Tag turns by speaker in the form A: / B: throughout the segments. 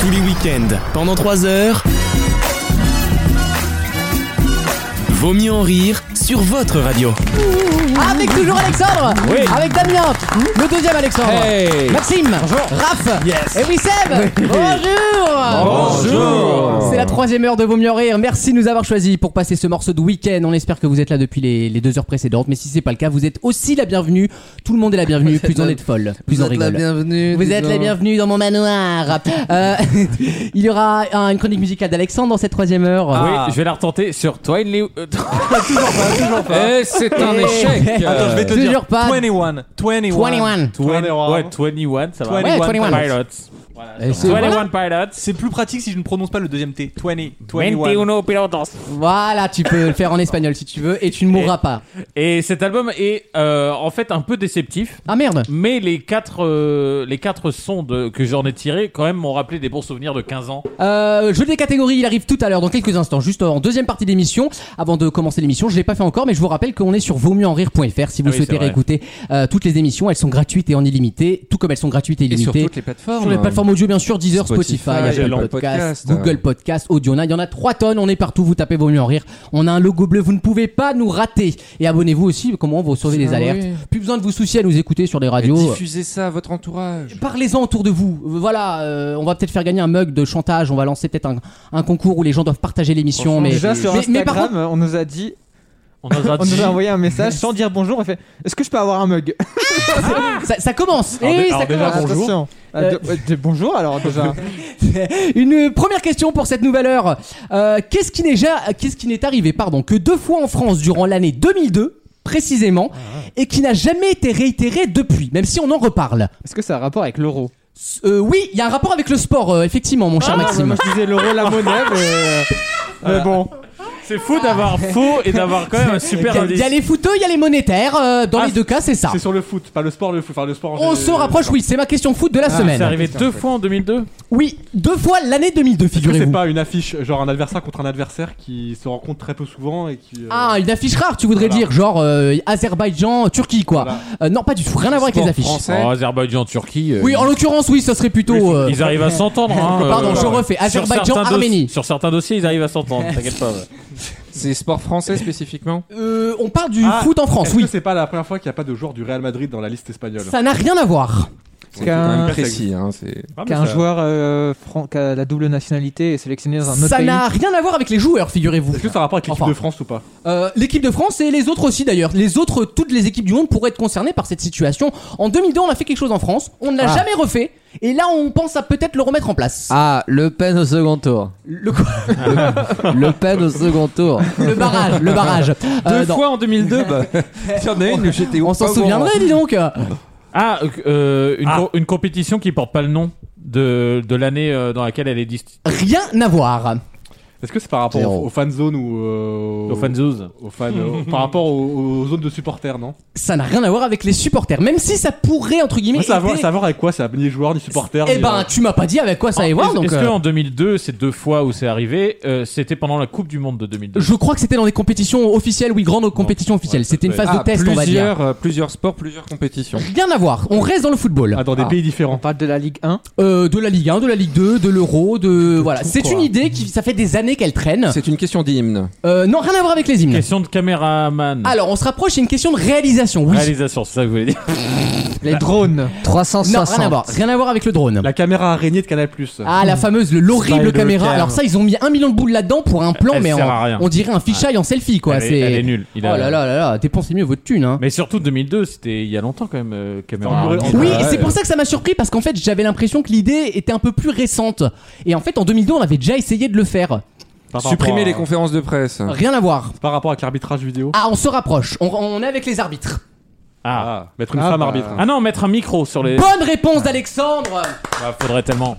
A: Tous les week-ends, pendant 3 heures. Vaut mieux en rire sur votre radio.
B: Avec toujours Alexandre
C: Oui.
B: Avec Damien Le deuxième Alexandre
C: Hey.
B: Maxime Raph
C: Yes.
B: Et oui Seb Bonjour
C: Bonjour
B: C'est la troisième heure de Vaut mieux en rire. Merci de nous avoir choisis pour passer ce morceau de week-end. On espère que vous êtes là depuis les, les deux heures précédentes. Mais si c'est pas le cas, vous êtes aussi la bienvenue. Tout le monde est la bienvenue. Plus on
D: la-
B: est de folle, plus
D: Vous
B: on
D: êtes la
B: rigole.
D: bienvenue.
B: Vous
D: dis
B: êtes
D: donc.
B: la bienvenue dans mon manoir. Euh, il y aura un- une chronique musicale d'Alexandre dans cette troisième heure.
C: Ah.
E: Ah.
C: Oui, je vais la retenter sur Twain Lee. c'est un
B: Et-
C: échec.
B: Attends,
E: Je vais te
B: Toujours
E: dire
B: pas.
E: 21 21
B: 21.
C: 21. euh, Ouais, 21, ça va.
B: Ouais, 21.
C: Pilots.
B: Et c'est-
C: 21
B: voilà.
C: Pilots.
E: C'est plus pratique si je ne prononce pas le deuxième T. 20 21.
C: 21 Pilots.
B: Voilà, tu peux le faire en espagnol si tu veux et tu ne mourras pas.
C: Et cet album est euh, en fait un peu déceptif.
B: Ah merde
C: Mais les quatre, euh, les quatre sons de- que j'en ai tirés, quand même, m'ont rappelé des bons souvenirs de 15 ans.
B: Euh, Jeu des catégories, il arrive tout à l'heure dans quelques instants, juste en deuxième partie d'émission. Avant de commencer l'émission, je l'ai pas fait encore, mais je vous rappelle qu'on est sur vautmieuxenrire.fr si vous
C: Ah oui, c'est
B: souhaitez
C: vrai.
B: réécouter euh, toutes les émissions. Elles sont gratuites et en illimité, tout comme elles sont gratuites et
D: Et sur
B: illimitées.
D: toutes les plateformes.
B: Sur les plateformes audio, bien sûr, Deezer,
D: Spotify,
B: Spotify, Apple
D: Apple
B: Podcast,
D: Podcast,
B: Google Podcast, Audiona. Il y en a trois tonnes. On est partout. Vous tapez Vaut mieux en rire. On a un logo bleu. Vous ne pouvez pas nous rater. Et abonnez-vous aussi. Comment vous recevez les
D: Ah
B: alertes.
D: oui.
B: Plus besoin de vous soucier à nous écouter sur les
D: Et
B: radios.
D: diffusez ça à votre entourage.
B: Parlez-en autour de vous. Euh, Voilà, euh, on va peut-être faire gagner un mug de chantage. On va lancer peut-être un, un concours où les gens doivent partager l'émission. Mais,
F: Déjà sur
B: mais,
F: Instagram,
B: mais par contre,
F: on nous a dit,
C: On nous a
F: on nous
C: dit-
F: a envoyé un message sans dire bonjour. On a fait, est-ce que je peux avoir un mug
B: ça, ça commence. Eh oui, ça commence.
F: Attention.
D: Euh,
F: Ah, de- ouais, de- bonjour alors déjà.
B: Une première question pour cette nouvelle heure. Euh, qu'est-ce qui n'est ja- qu'est-ce qui n'est arrivé, pardon, que deux fois en France durant l'année 2002 précisément
F: Ah.
B: et qui n'a jamais été réitéré depuis, même si on en reparle.
F: Est-ce que ça a un rapport avec l'euro
B: S- euh, oui, il y a un rapport avec le sport, euh, effectivement, mon cher
F: bah,
B: Maxime.
F: Moi je disais l'euro la monnaie, mais, euh, mais bon.
C: C'est fou d'avoir
B: Ah.
C: faux et d'avoir quand même un super
B: Il y a- il y,
C: indice.
B: a les footeux, il y a les monétaires. euh, dans
C: Ah,
B: les deux cas, c'est ça.
E: C'est sur le foot, pas le sport, le foot, enfin le sport. en
B: On
E: général.
F: euh,
B: se rapproche, oui, c'est ma question foot de
F: Ah,
B: la
C: C'est
B: semaine.
C: arrivé deux fois en 2002
B: Oui, deux fois l'année 2002,
E: Est-ce que c'est
B: figurez-vous.
E: pas une affiche, genre un adversaire contre un adversaire qui se rencontre très peu souvent et qui. euh,
B: Ah, une affiche rare, tu voudrais
E: Voilà.
B: dire, genre euh, Azerbaïdjan, Turquie, quoi.
E: Voilà.
B: Euh, non, pas du tout, rien à voir avec les
D: Sport
B: affiches.
D: français.
C: Oh, Azerbaïdjan-Turquie. euh,
B: Oui, en l'occurrence, oui, ça serait plutôt. euh,
C: Ils arrivent à s'entendre. hein,
B: Pardon, je refais.
C: sur
B: Azerbaïdjan,
C: certains dossi-
B: Arménie.
C: Sur certains dossiers, ils arrivent à s'entendre. T'inquiète pas. ouais.
D: C'est sport français spécifiquement.
B: euh, on parle du
E: Ah,
B: foot en France,
E: Est-ce
B: oui.
E: que c'est pas la première fois qu'il n'y a pas de joueur du Real Madrid dans la liste espagnole
B: Ça n'a rien à voir.
D: C'est
F: qu'un-
D: quand même précis. Hein, c'est-
E: Ah, mais
F: Qu'un
E: ça-
F: joueur euh, fran- qui a la double nationalité est sélectionné dans un autre
B: Ça
F: pays.
B: n'a rien à voir avec les joueurs, figurez-vous.
E: Est-ce que ça a rapport avec l'équipe
B: Enfin.
E: de France ou pas
B: Euh, L'équipe de France et les autres aussi d'ailleurs. Les autres, toutes les équipes du monde pourraient être concernées par cette situation. En 2002, on a fait quelque chose en France, on ne l'a
D: Ah.
B: jamais refait, et là, on pense à peut-être le remettre en place.
D: Ah, Le Pen au second tour.
B: Le, quoi
D: Le Pen au second tour.
B: le barrage, le barrage. Euh,
D: Deux
B: non.
D: fois en 2002, bah. Il y en a une où j'étais
B: On s'en
D: pas au
B: souviendrait, dis donc.
C: Ah, euh, une, co- une compétition qui porte pas le nom de, de l'année euh, dans laquelle elle est distillée.
B: Rien à voir.
E: Est-ce que c'est par rapport
D: Zéro.
E: au, fan zone ou euh,
C: Au fanzouz.
E: aux fans, euh, par rapport aux, aux zones de supporters, non
B: Ça n'a rien à voir avec les supporters, même si ça pourrait entre guillemets.
E: Moi, ça a
B: aider-
E: voir- ça a voir avec quoi Ça a ni joueur ni supporter.
B: Eh
E: ni,
B: ben,
E: euh,
B: tu m'as pas dit avec quoi ça allait voir,
C: Ah, Est-ce-
B: donc.
C: Est-ce
B: euh,
C: qu'en 2002, ces deux fois où c'est arrivé, euh, c'était pendant la Coupe du Monde de 2002
B: Je crois que c'était dans les compétitions officielles, oui, grandes compétitions officielles.
C: ouais,
B: C'était une
C: ouais.
B: phase
D: Ah,
B: de test, on va dire.
D: plusieurs, euh, plusieurs sports, plusieurs compétitions.
B: Rien à voir, on reste dans le football.
E: ah, dans des
F: Ah.
E: pays
F: On
E: différents.
F: parle de la Ligue 1.
B: Euh, de la Ligue 1, de la Ligue 2, de l'Euro, de. Voilà. C'est une idée qui. Ça fait des années qu'elle traîne.
D: C'est une question d'hymne.
B: Euh, non, rien à voir avec les hymnes.
C: Question de caméraman.
B: Alors, on se rapproche, c'est une question de réalisation, Ah, oui.
C: Réalisation, c'est ça que vous voulez dire
F: Les drones.
D: 360.
B: Non, rien à
G: Ah,
B: voir. Rien à voir avec le drone.
E: La caméra araignée de Canal+.
B: Ah, la fameuse, le- l'horrible
E: Spider
B: caméra.
E: cam.
B: Alors, ça, ils ont mis un million de boules là-dedans pour un plan,
C: Elle
B: mais
C: sert
B: en-
C: à rien.
B: on dirait un fisheye en selfie, quoi.
C: elle, est,
B: C'est.
C: elle est nulle. Il a-
B: Oh là là là là, dépensez mieux votre thune, hein.
C: Mais surtout 2002, c'était il y a longtemps quand même, euh, caméra.
E: Encore-
C: araignée.
B: Ah, Oui,
E: Ah, Ouais,
B: et c'est
E: ouais.
B: pour ça que ça m'a surpris parce qu'en fait j'avais l'impression que l'idée était un peu plus récente. Et en fait en 2002 on avait déjà essayé de le faire.
E: Par rapport
D: Supprimer
E: à-
D: les conférences de presse.
C: Ah.
B: Rien à voir.
E: Par rapport avec l'arbitrage vidéo.
B: Ah on se rapproche, on, on est avec les arbitres.
C: Ah.
E: Mettre une
F: Ah,
E: femme
F: bah.
E: arbitre.
C: Ah non, mettre un micro sur les.
B: Bonne réponse d'Alexandre
C: Ah, faudrait tellement.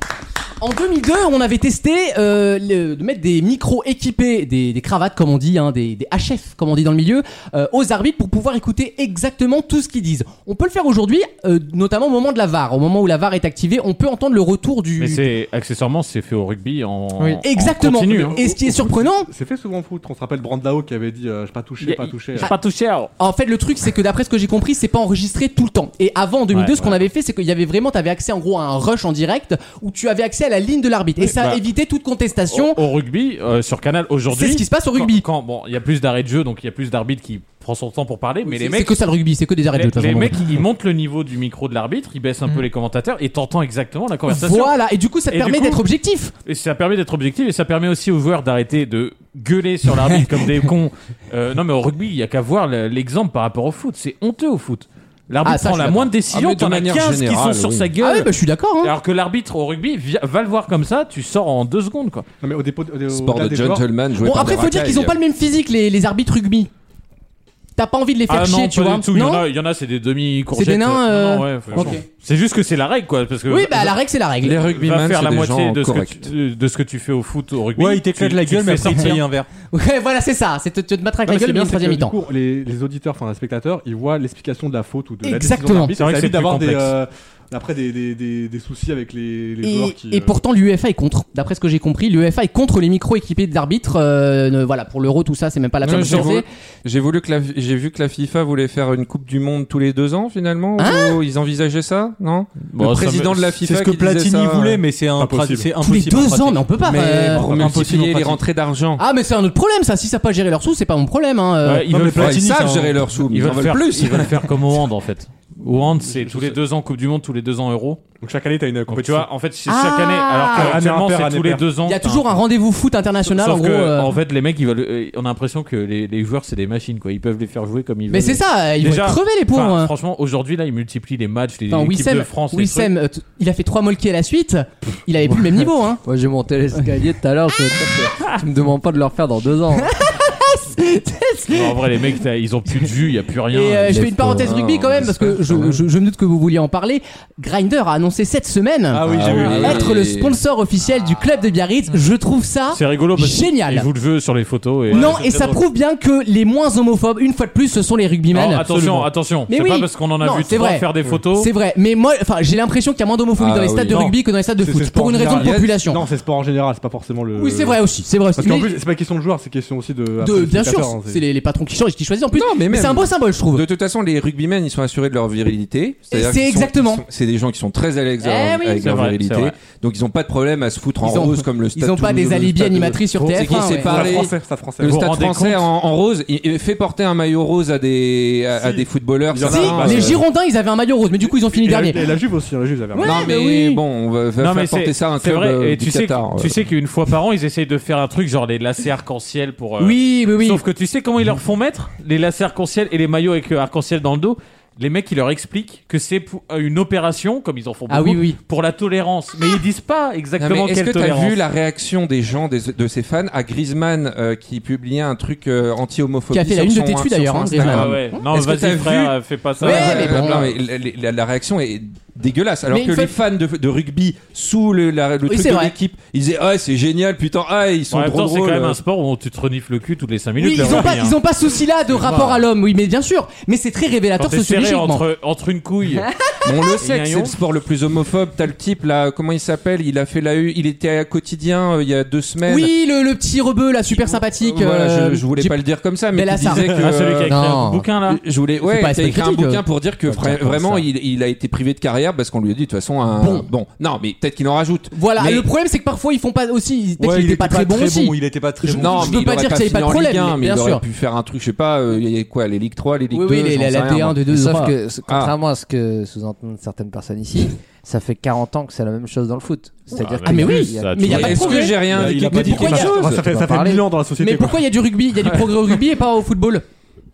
B: En 2002 on avait testé euh, le- de mettre des micros équipés, des, des cravates comme on dit, hein, des, des HF comme on dit dans le milieu, euh, aux arbitres pour pouvoir écouter exactement tout ce qu'ils disent. On peut le faire aujourd'hui, euh, notamment au moment de la VAR. Au moment où la VAR est activée, on peut entendre le retour du...
C: Mais c'est accessoirement, c'est fait au rugby en.
F: Oui.
C: en
B: Exactement.
C: continu, hein.
B: et ce qui est surprenant,
E: C'est fait souvent en foot. On se rappelle Brandao qui avait dit euh, j'ai pas touché, pas touché.
C: J'ai pas touché. oh.
B: En fait, le truc, c'est que d'après ce que j'ai compris, c'est pas enregistré tout le temps. Et avant, en 2002,
C: Ouais,
B: ce qu'on
C: ouais.
B: avait fait, c'est qu'il y avait vraiment, t'avais accès en gros à un rush en direct où tu avais accès à la ligne de l'arbitre. Et ça
C: bah,
B: évitait toute contestation.
C: Au, au rugby, euh, sur Canal, aujourd'hui.
B: C'est ce qui se passe au rugby.
C: Quand, quand- bon, il y a plus d'arrêts de jeu, donc il y a plus d'arbitres qui prend son temps pour parler, mais
B: C'est-
C: les
B: c'est
C: mecs.
B: que ça le rugby, c'est que des arrêts de
C: les-
B: jeu, de toute
C: les
B: façon.
C: mecs, ils montent le niveau du micro de l'arbitre, ils baissent un
H: Mm.
C: peu les commentateurs et t'entends exactement la conversation.
B: Voilà, et du coup, ça te
C: Et du
B: permet
C: coup-
B: d'être objectif. Ah
C: Et ça permet d'être objectif et ça permet aussi aux joueurs d'arrêter de gueuler sur l'arbitre comme des cons. Euh, non, mais au rugby, il y a qu'à voir le- l'exemple par rapport au foot. C'est honteux au foot. L'arbitre
B: Ah, ça,
C: prend
B: je
C: la
B: suis
C: moindre
I: Ah,
C: décision,
I: mais de
C: t'en as
I: manière
C: 15 qui sont
I: générale,
C: sur
I: oui.
C: sa gueule.
B: Ah oui, bah, je suis d'accord. hein.
C: Alors que l'arbitre au rugby, vi- va le voir comme ça, tu sors en deux secondes quoi.
E: Non, mais au dépôt, au- au-
I: Sport
E: au-delà
I: de
E: des joueurs,
I: gentleman joué
B: Bon,
I: par
B: après,
I: des
B: faut dire qu'ils ont pas
I: racailles.
B: le même physique, les, les arbitres rugby. T'as pas envie de les faire
C: ah non,
B: chier, tu
C: pas
B: vois.
C: du tout. Il y en
B: Non
C: a, il y en a, c'est des demi courgettes.
B: C'est des nains, euh, ok.
C: C'est juste que c'est la règle quoi, parce que
B: Oui, bah la règle, c'est la
I: Les
B: règle.
C: va
I: rugbymen,
C: faire
I: c'est
C: la
I: des
C: moitié
I: gens
C: de ce, que
I: corrects.
C: tu, Euh, de ce que tu fais au foot au rugby.
J: Ouais, il t'éclate
C: Tu-
J: la
C: tu
J: gueule,
C: te
J: mais
C: fais
J: après il te
C: sortir.
J: paye un verre.
B: Ouais, voilà, c'est ça. C'est te, te, te battre avec
E: Non, Ah, mais
B: la
E: ce qui est
B: gueule, mais
E: bien,
B: en
E: c'est que,
B: troisième
E: du
B: mi-temps.
E: coup, les, les auditeurs, enfin les spectateurs, ils voient l'explication de la faute ou de la
B: Exactement.
E: décision de l'arbitre.
C: C'est vrai que
E: Ça
C: c'est
E: évite d'avoir
C: plus
E: des,
C: complexe.
E: euh, après des, des, des, des soucis avec les, les
B: Et,
E: joueurs qui.
B: et
E: euh,
B: pourtant, l'UEFA est contre. D'après ce que j'ai compris, l'UEFA est contre les micros équipés d'arbitres. euh, ne- voilà, pour l'euro, tout ça, c'est même pas la peine
I: Non,
B: de
I: j'ai
B: penser.
I: voulu- J'ai voulu que la- j'ai vu que la FIFA voulait faire une Coupe du Monde tous les deux ans finalement.
B: Ah
I: ou ils envisageaient ça, non
C: Bon,
I: Le
C: ça me-
I: président de la
J: C'est
I: FIFA
J: ce que
I: qui disait
J: Platini
I: ça,
J: voulait,
I: ouais.
J: mais c'est un
E: Impossible.
J: c'est
B: Tous les
J: impossible en
B: deux
J: pratique.
B: ans, mais on peut pas. euh,
I: Mais pour
J: Impossible en
I: multiplier les
J: pratique.
I: rentrées d'argent.
B: Ah, mais c'est un autre problème, ça. Si ça pas gérer leurs sous, c'est pas mon problème. hein, euh.
C: Ouais, ils
J: Non, mais
C: veulent
I: Enfin,
J: Platini,
I: ils
J: c'est
E: hein.
I: savent
J: un-
I: gérer leurs sous, mais
C: Ils
I: ils en
C: veulent
I: veulent
C: faire
I: plus.
C: Ils veulent faire comme au hand en fait. Au hand, c'est tous les deux ans Coupe du Monde, tous les deux ans Euro.
B: hein.
E: Donc chaque année, t'as une
C: Donc tu
E: compétition.
C: vois, en fait, c'est
B: Ah.
C: chaque année.
E: Année
C: Alors qu'actuellement,
E: impair,
C: c'est
E: année
C: tous les
E: paire.
C: deux ans.
B: Il y a toujours un rendez-vous foot international,
C: hein. Sauf
B: en gros.
C: que,
B: euh.
C: en fait, les mecs, ils veulent. euh, On a l'impression que les, les joueurs, c'est des machines, quoi. Ils peuvent les faire jouer comme ils veulent.
B: Mais c'est ça, ils vont
C: Déjà,
B: être crevés, les
C: Enfin,
B: pauvres. hein.
C: Franchement, aujourd'hui, là, ils multiplient les matchs, les
B: Enfin,
C: équipes
B: Wissem,
C: de France. les
B: Wissem, euh, t- il a fait trois molki à la suite. Il avait plus le même niveau, hein.
G: Moi j'ai monté l'escalier tout à l'heure, je peux te dire que tu me demandes pas de le refaire dans deux ans. hein.
C: trucs. Non, en vrai, les mecs, t'as- ils ont plus de vue, il y a plus rien.
B: Et euh, je fais une
G: faut-
B: parenthèse
I: ah,
B: rugby quand même, parce que je, je- je me doute que vous vouliez en parler. Grinder a annoncé cette semaine
E: Ah oui, j'ai vu. Mm.
I: oui.
B: être
I: oui.
B: le sponsor officiel du club de Biarritz. Je trouve ça.
C: C'est rigolo parce
B: Génial.
C: qu'ils jouent le jeu sur les photos. Et...
B: non,
E: c'est
B: et
E: très
B: ça
E: drôle.
B: prouve bien que les moins homophobes, une fois de plus, ce sont les
C: Alors,
B: rugbymen.
C: attention, attention.
B: Mais
C: C'est
B: oui.
C: pas parce qu'on en a
B: Non,
C: vu
B: c'est
C: trois
B: vrai.
C: faire des photos.
B: C'est vrai, mais moi, enfin, j'ai l'impression qu'il y a moins d'homophobie
I: Ah
B: dans les stades
I: oui.
B: de
E: Non.
B: rugby que dans les stades de
E: C'est-
B: foot,
E: c'est
B: pour une
E: sport en
B: raison de
E: général.
B: population.
E: Non, c'est le sport en général, c'est pas forcément le.
B: oui, c'est vrai aussi, c'est vrai. aussi.
E: Parce qu'en
B: Mais
E: plus, c'est pas question de joueurs, c'est question aussi de. après,
B: de,
E: les
B: bien
E: spectateurs,
B: sûr,
E: hein,
B: c'est les, les patrons qui changent, qui choisissent en plus.
I: Non, mais
B: Mais
I: même-
B: c'est un beau symbole, je trouve.
I: De toute façon, les rugbymen, ils sont assurés de leur virilité. C'est-à-dire
B: C'est
I: qu'ils sont-
B: exactement.
I: ils sont- C'est des gens qui sont très à l'aise
B: Eh
I: avec
B: oui.
I: avec
C: C'est
I: leur
C: vrai,
I: virilité.
C: c'est vrai.
I: Donc ils ont pas de problème à se foutre en
B: Ils ont-
I: rose comme le stade.
B: Ils ont pas
I: toulouse,
B: des
I: le
B: alibis
I: stade de-
B: animatrices sur
I: C'est
B: TF1.
I: qui
B: ouais.
E: Stade
I: séparé.
E: français, stade français.
I: Le
C: Vous
I: stade
C: rendez
I: français
C: compte
I: en, en rose, il- il fait porter un maillot rose à des, à, à
E: Si.
I: des footballeurs.
E: Si,
I: ça va, hein,
B: Les
I: euh,
B: Girondins, ils avaient un maillot rose, mais du coup, ils ont fini
E: Et la,
B: dernier.
E: et la Juve aussi, hein, la Juve, ils avaient un-
B: Ouais,
I: non,
B: mais
I: mais
B: oui.
I: bon, on va, va
C: Non, mais
I: faire porter
C: c'est
I: ça à un
C: c'est
I: club
C: vrai.
I: euh,
C: et
I: du
C: tu sais,
I: Qatar.
C: tu sais qu'une fois par an, ils essayent de faire un truc genre les lacets arc-en-ciel pour. euh,
B: Oui, oui, oui.
C: Sauf que tu sais comment ils leur font mettre les lacets arc-en-ciel et les maillots avec euh, arc-en-ciel dans le dos Les mecs, ils leur expliquent que c'est pour- euh, une opération, comme ils en font beaucoup,
B: Ah oui, oui.
C: pour la tolérance. Mais ils disent pas
I: Non, mais
C: exactement
I: Est-ce
C: quelle
I: que t'as
C: tolérance.
I: vu la réaction des gens, des- de ses fans, à Griezmann euh, qui publiait un truc euh, anti-homophobie
B: Qui a fait la
I: sur
B: une de
I: son-
B: tes tweets,
I: sur
B: d'ailleurs,
I: son
B: hein,
I: Instagram.
C: Ah ouais. Non,
I: Est-ce que t'as
C: vas-y,
I: vu-
C: frère, fais pas ça.
B: Ouais, mais bon.
I: non, mais la, la- la- la réaction est dégueulasse. Alors
B: Mais
I: que
B: une
I: les fans de, de rugby, sous le, la- le
B: Oui,
I: truc
B: c'est
I: de
B: vrai.
I: l'équipe, ils disaient Ah, c'est génial, putain, ah, ils
C: En
I: sont
C: même
I: trop
C: temps, c'est quand
I: drôles.
C: même un sport où tu te renifles le cul toutes les 5 minutes.
B: Oui,
C: le
B: ils ont
C: rugby,
B: pas,
C: hein.
B: ils ont pas ceci là de rapport à l'homme, oui, mais bien sûr. Mais c'est très
C: Quand
B: révélateur
C: t'es serré
B: sociologiquement.
C: entre, entre une couille. Ah,
I: Mais on le
C: Et
I: sait que
C: Gagnon
I: c'est le sport le plus homophobe. T'as le type là, comment il s'appelle Il a fait la U, il était à quotidien euh, il y a deux semaines.
B: Oui, le, le petit rebeu là, super sympathique.
I: Voilà,
B: euh,
I: je, je voulais
B: j'ai-
I: pas le dire comme ça, mais qui
B: Bellassar.
I: disait que.
C: Ah, celui qui a écrit
G: non.
C: un bouquin là.
I: Je voulais,
B: C'est
I: ouais,
B: pas
I: t'as
B: esprit
I: écrit un
B: critique, euh.
I: bouquin pour dire que vra- vraiment il, il a été privé de carrière parce qu'on lui a dit de toute façon un
B: Bon.
I: non mais peut-être qu'il en rajoute.
B: Voilà,
I: Mais-
B: et le problème c'est que parfois ils font pas aussi. peut-être
J: Ouais,
B: qu'il
J: il
B: était pas très bon aussi.
J: Il était pas très
B: Je-
J: bon.
I: non,
B: je
I: mais
B: veux
I: il
B: pas
I: aurait
B: dire
I: pas
B: qu'il y avait
I: fini
B: pas de
I: en
B: problème,
I: Ligue 1,
B: mais
I: mais il
B: bien sûr.
I: aurait pu faire un truc, je sais pas, euh, il y a quoi, les Ligue 3, les Ligue
B: Oui,
I: 2,
B: oui, les-
I: j'en
B: la,
I: sais
B: la D1,
I: rien, moi.
B: D2, D3.
G: Sauf que, c- contrairement à ce que sous-entendent certaines personnes ici, ça fait 40 ans que c'est la même chose dans le foot. C'est-à-dire
C: Ah,
G: que
B: mais
G: il y a-
B: oui,
G: il y a-
C: ça a
B: Mais il y a
C: toujours
B: pas de
C: été-
I: Est-ce que
B: progrès.
I: j'ai rien
E: Il
I: dit
E: a pas
I: qui-
E: dit
I: qui-
B: qu'il y a-
I: chose
E: Ah, ça fait, ça fait
G: parler.
E: 1000 ans dans la
B: Mais
E: société. quoi.
B: pourquoi il y a du rugby, il y a du progrès au rugby et pas au football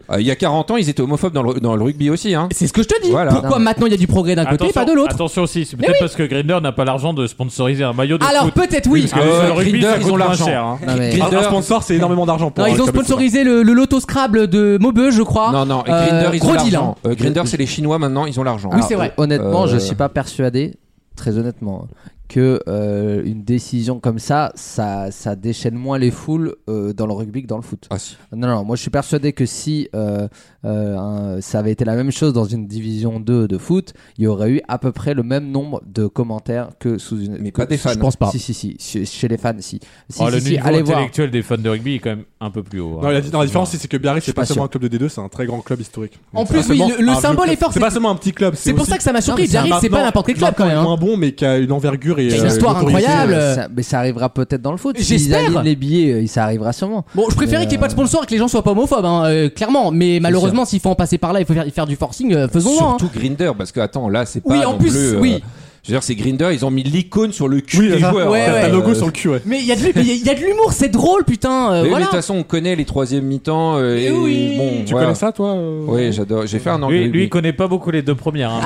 I: Euh, Il y a 40 ans, ils étaient homophobes dans le, dans le rugby aussi, hein.
B: C'est ce que je te dis.
I: Voilà.
B: Pourquoi
G: Non, mais-
B: maintenant il y a du progrès d'un côté et
C: Attention,
B: pas de l'autre
C: attention aussi, c'est peut-être parce que Grinder n'a pas l'argent de sponsoriser un maillot de
B: Alors
C: foot.
B: peut-être oui.
C: Parce que
I: Euh,
C: le rugby,
I: Grinder,
C: ça
I: ils
C: coûte
I: ont
C: moins
I: l'argent.
C: cher, hein.
G: Non, mais-
E: Un- Un
I: Grinder-
E: sponsor, c'est énormément d'argent pour
B: Non, ils
E: euh,
B: ont
E: comme le football.
B: sponsorisé le, le loto Scrabble de Maubeuge, je crois.
I: Non, non, et
B: Euh,
I: Grinder, ils ont
B: gros deal,
I: l'argent.
B: hein.
I: Euh, Grinder, c'est les Chinois maintenant, ils ont l'argent.
B: Oui, c'est vrai.
G: Honnêtement,
I: Euh,
G: je suis pas persuadé, très honnêtement, que euh, une décision comme ça, ça, ça déchaîne moins les foules euh, dans le rugby que dans le foot.
I: Ah, si.
G: Non, non, moi je suis persuadé que si euh, euh, un- ça avait été la même chose dans une division 2 de foot, il y aurait eu à peu près le même nombre de commentaires que sous une.
I: Mais
G: que-
I: pas des fans.
B: Je pense pas.
G: Si, si, si, chez, chez les fans, si. Si,
C: Oh,
G: si,
C: le
G: si,
C: niveau
G: allez voir.
C: intellectuel des fans de rugby est quand même un peu plus haut. hein.
E: Non, la, non, la différence, c'est que Biarritz, c'est pas
G: pas
E: seulement un club de D2, c'est un très grand club historique.
B: En
E: Donc,
B: plus,
E: c'est pas
B: oui,
E: seulement
B: le- le
E: un vieux
B: symbole
E: club.
B: est fort,
E: C'est
B: c'est-
E: pas seulement un petit club.
B: C'est pour
E: aussi-
B: ça que ça m'a
E: Non, mais
B: surpris. Biarritz, c'est pas
E: maintenant-
B: n'importe quel club quand
E: maintenant,
B: même. hein.
E: moins bon, mais qui a une envergure culture et
B: Il y a
E: euh,
B: une histoire
E: l'autorité,
B: incroyable.
E: euh,
G: Ça- mais ça arrivera peut-être dans le foot. S'ils
B: J'espère.
G: alignent les billets, euh, ça arrivera sûrement.
B: Bon, je préférais
G: Mais,
B: qu'il n'y ait pas de sponsor et que les gens soient pas homophobes, hein, euh, clairement. Mais malheureusement, s'il faut en passer par là, il faut faire, faire du forcing, euh, faisons-le. hein.
I: Surtout Grinder, parce que attends, là, c'est pas.
B: Oui, en
I: non
B: plus,
I: plus, euh,
B: oui.
I: Je veux dire, c'est Grinder, ils ont mis l'icône sur le cul
E: Oui,
I: des
E: c'est ça.
I: joueurs.
B: Ouais,
I: hein.
B: ouais.
E: T'as
B: Euh,
E: le logo sur le cul, ouais.
B: Mais il y a de l'hu- il y a- il y a de l'humour, c'est drôle, putain. euh,
I: Mais oui, mais
B: voilà.
I: de toute façon, on connaît les troisièmes mi-temps. euh,
B: Mais
I: et
B: oui.
I: bon,
E: Tu
I: voilà.
E: connais ça, toi euh
I: Oui, j'adore. J'ai fait un anglais.
C: Lui, lui, il connaît pas beaucoup les deux premières. hein.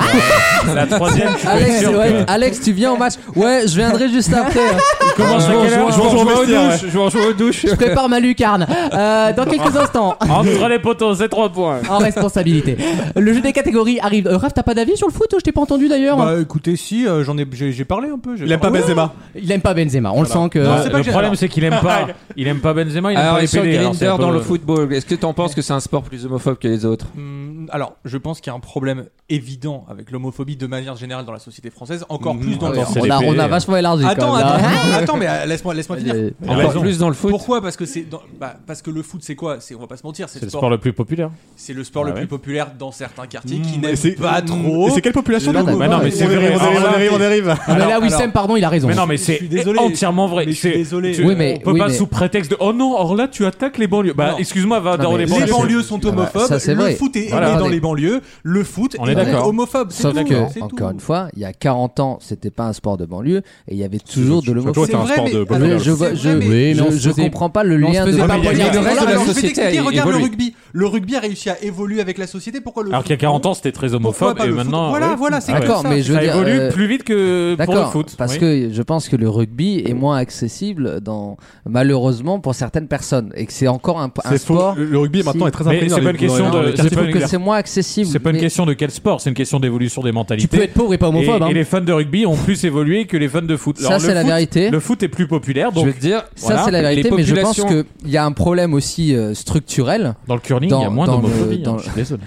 G: Ah
C: la troisième, je suis
G: Alex,
C: sûr
G: ouais,
C: que-
G: Alex, tu viens au match Ouais, je viendrai juste après. hein.
C: Commence à quelle heure
E: Je vais en jouer aux douches.
D: Je vais en jouer aux douches.
B: Je prépare ma lucarne. Euh, dans quelques instants,
C: hein. Entre les poteaux, c'est 3 points.
B: en responsabilité. Le jeu des catégories arrive. Euh, Raph, t'as pas d'avis sur le foot Je t'ai pas entendu d'ailleurs.
K: Bah écoutez, si, euh, j'en ai, j'ai j'ai parlé un peu. j'ai
E: Il aime pas
K: parlé.
E: Benzema.
B: Il aime pas Benzema. On le sent que.
C: Non,
K: c'est pas
C: le
K: que Ah, j'ai-
C: problème, c'est qu'il aime pas. Il aime pas Benzema, il aime
I: Alors,
C: pas les
I: et sur
C: PD. alors c'est
I: Grinder
C: un peu-
I: dans le football, est-ce que t'en penses que c'est un sport plus homophobe que les autres
K: Hum, Alors, je pense qu'il y a un problème évident avec l'homophobie de manière générale dans la société française, encore plus
B: ah,
K: dans le
C: alors,
K: foot.
C: c'est
G: on,
C: les
G: a,
C: PD,
G: on a
C: hein.
G: vachement élargi
K: Attends,
G: quand même. là.
K: attends, attends, attends, mais euh, laisse-moi laisse-moi finir.
G: Euh,
C: Il a raison.
I: Encore plus dans le foot
K: Pourquoi Parce que c'est dans- bah, parce que le foot c'est quoi C'est on va pas se mentir, c'est
C: C'est
K: le
C: le sport
K: sport
C: le plus populaire.
G: Bah,
K: c'est le sport
C: Ah
K: le
C: ouais.
K: plus populaire dans certains quartiers
E: Mmh,
K: qui
E: mais
K: n'aiment
E: c'est-
K: pas
E: mmh,
K: trop.
E: et C'est quelle population
G: L'homo-
E: donc
C: Mais non, mais c'est
E: On
C: vrai.
E: dérive, on dérive,
C: Alors,
E: on dérive, on dérive.
B: Mais là,
K: Alors,
B: Wissem,
K: alors-
B: pardon, il a raison.
C: Mais non, mais
K: je
C: c'est
K: suis désolé.
C: entièrement vrai.
K: Mais je suis
C: C'est-
K: désolé.
C: tu-
G: Oui, mais-
C: on peut
G: oui,
C: pas
G: mais-
C: sous prétexte de oh non, or là tu attaques les banlieues. Bah
K: Non.
C: excuse-moi, va
G: Non,
C: dans
G: mais
C: les
G: les
K: Les
C: banlieues.
G: banlieues-
K: banlieues sont
G: Ah bah,
K: homophobes,
G: ça, c'est
K: le
G: vrai.
K: foot est
C: Voilà.
K: aimé dans
G: Attendez.
K: les banlieues, le foot
C: On est
K: est,
C: d'accord.
K: homophobe. c'est
G: Sauf
K: tout,
G: que,
K: c'est
G: encore
K: tout.
G: une fois, il y a 40 ans, c'était pas un sport de banlieue et il y avait toujours de
E: Toi,
G: l'homophobie.
E: t'es un
K: vrai,
E: sport
K: mais-
E: de
K: euh, alors,
E: populaire.
G: Je,
K: c'est
G: vois-
K: vrai,
G: je,
K: mais-
G: je-
B: mais on se
G: je
B: faisait-
G: comprends pas le
B: mais on se
G: lien de.
B: faisait pas
G: banlieue.
B: Il y a-
K: Regarde,
B: le
K: regarde,
B: reste de la
K: alors, je vais
I: société
K: t'expliquer,
I: a
K: regarde le
I: évolué.
K: rugby. Le rugby a réussi à évoluer avec la société. Pourquoi le
C: Alors
K: foot
C: qu'il y a 40 ans, c'était très
K: Pourquoi
C: homophobe
K: pas
C: et
K: le foot
C: maintenant.
K: Voilà,
C: oui.
K: voilà, c'est
C: Ouais.
K: comme
G: D'accord,
K: ça.
G: mais je veux
C: Ça
G: dire.
C: évolue
G: euh,
C: plus vite que pour le
G: D'accord,
C: foot.
G: parce
C: oui.
G: que je pense que le rugby est moins accessible, dans, malheureusement, pour certaines personnes, et que c'est encore un, un
E: C'est faux.
G: sport.
E: Le rugby maintenant
G: Si.
E: est très
C: Mais
E: imprimé.
C: c'est
E: dans
C: pas
E: les-
C: une question
E: dans
C: de-
E: les- dans les-
C: c'est
G: Je
C: pas
G: trouve
C: une-
G: que c'est moins accessible.
C: C'est pas une
G: mais-
C: question de quel sport, c'est une question d'évolution des
B: Tu peux
C: mentalités.
B: être pauvre et pas
C: Et,
B: homophobe. hein.
C: et les fans de rugby ont plus évolué que les fans de foot.
G: Ça,
C: Alors, le
G: c'est la
C: foot-
G: vérité.
C: Le foot est plus populaire, donc
I: Je vais te dire,
G: Ça,
C: Voilà,
G: c'est la vérité,
I: les
G: mais je pense
I: populations-
G: qu'il y a un problème aussi euh, structurel.
C: dans le curling, il y a
G: Dans-
C: moins
G: dans le- Ah,
C: d'homophobie. hein,
G: dans
C: je suis désolé.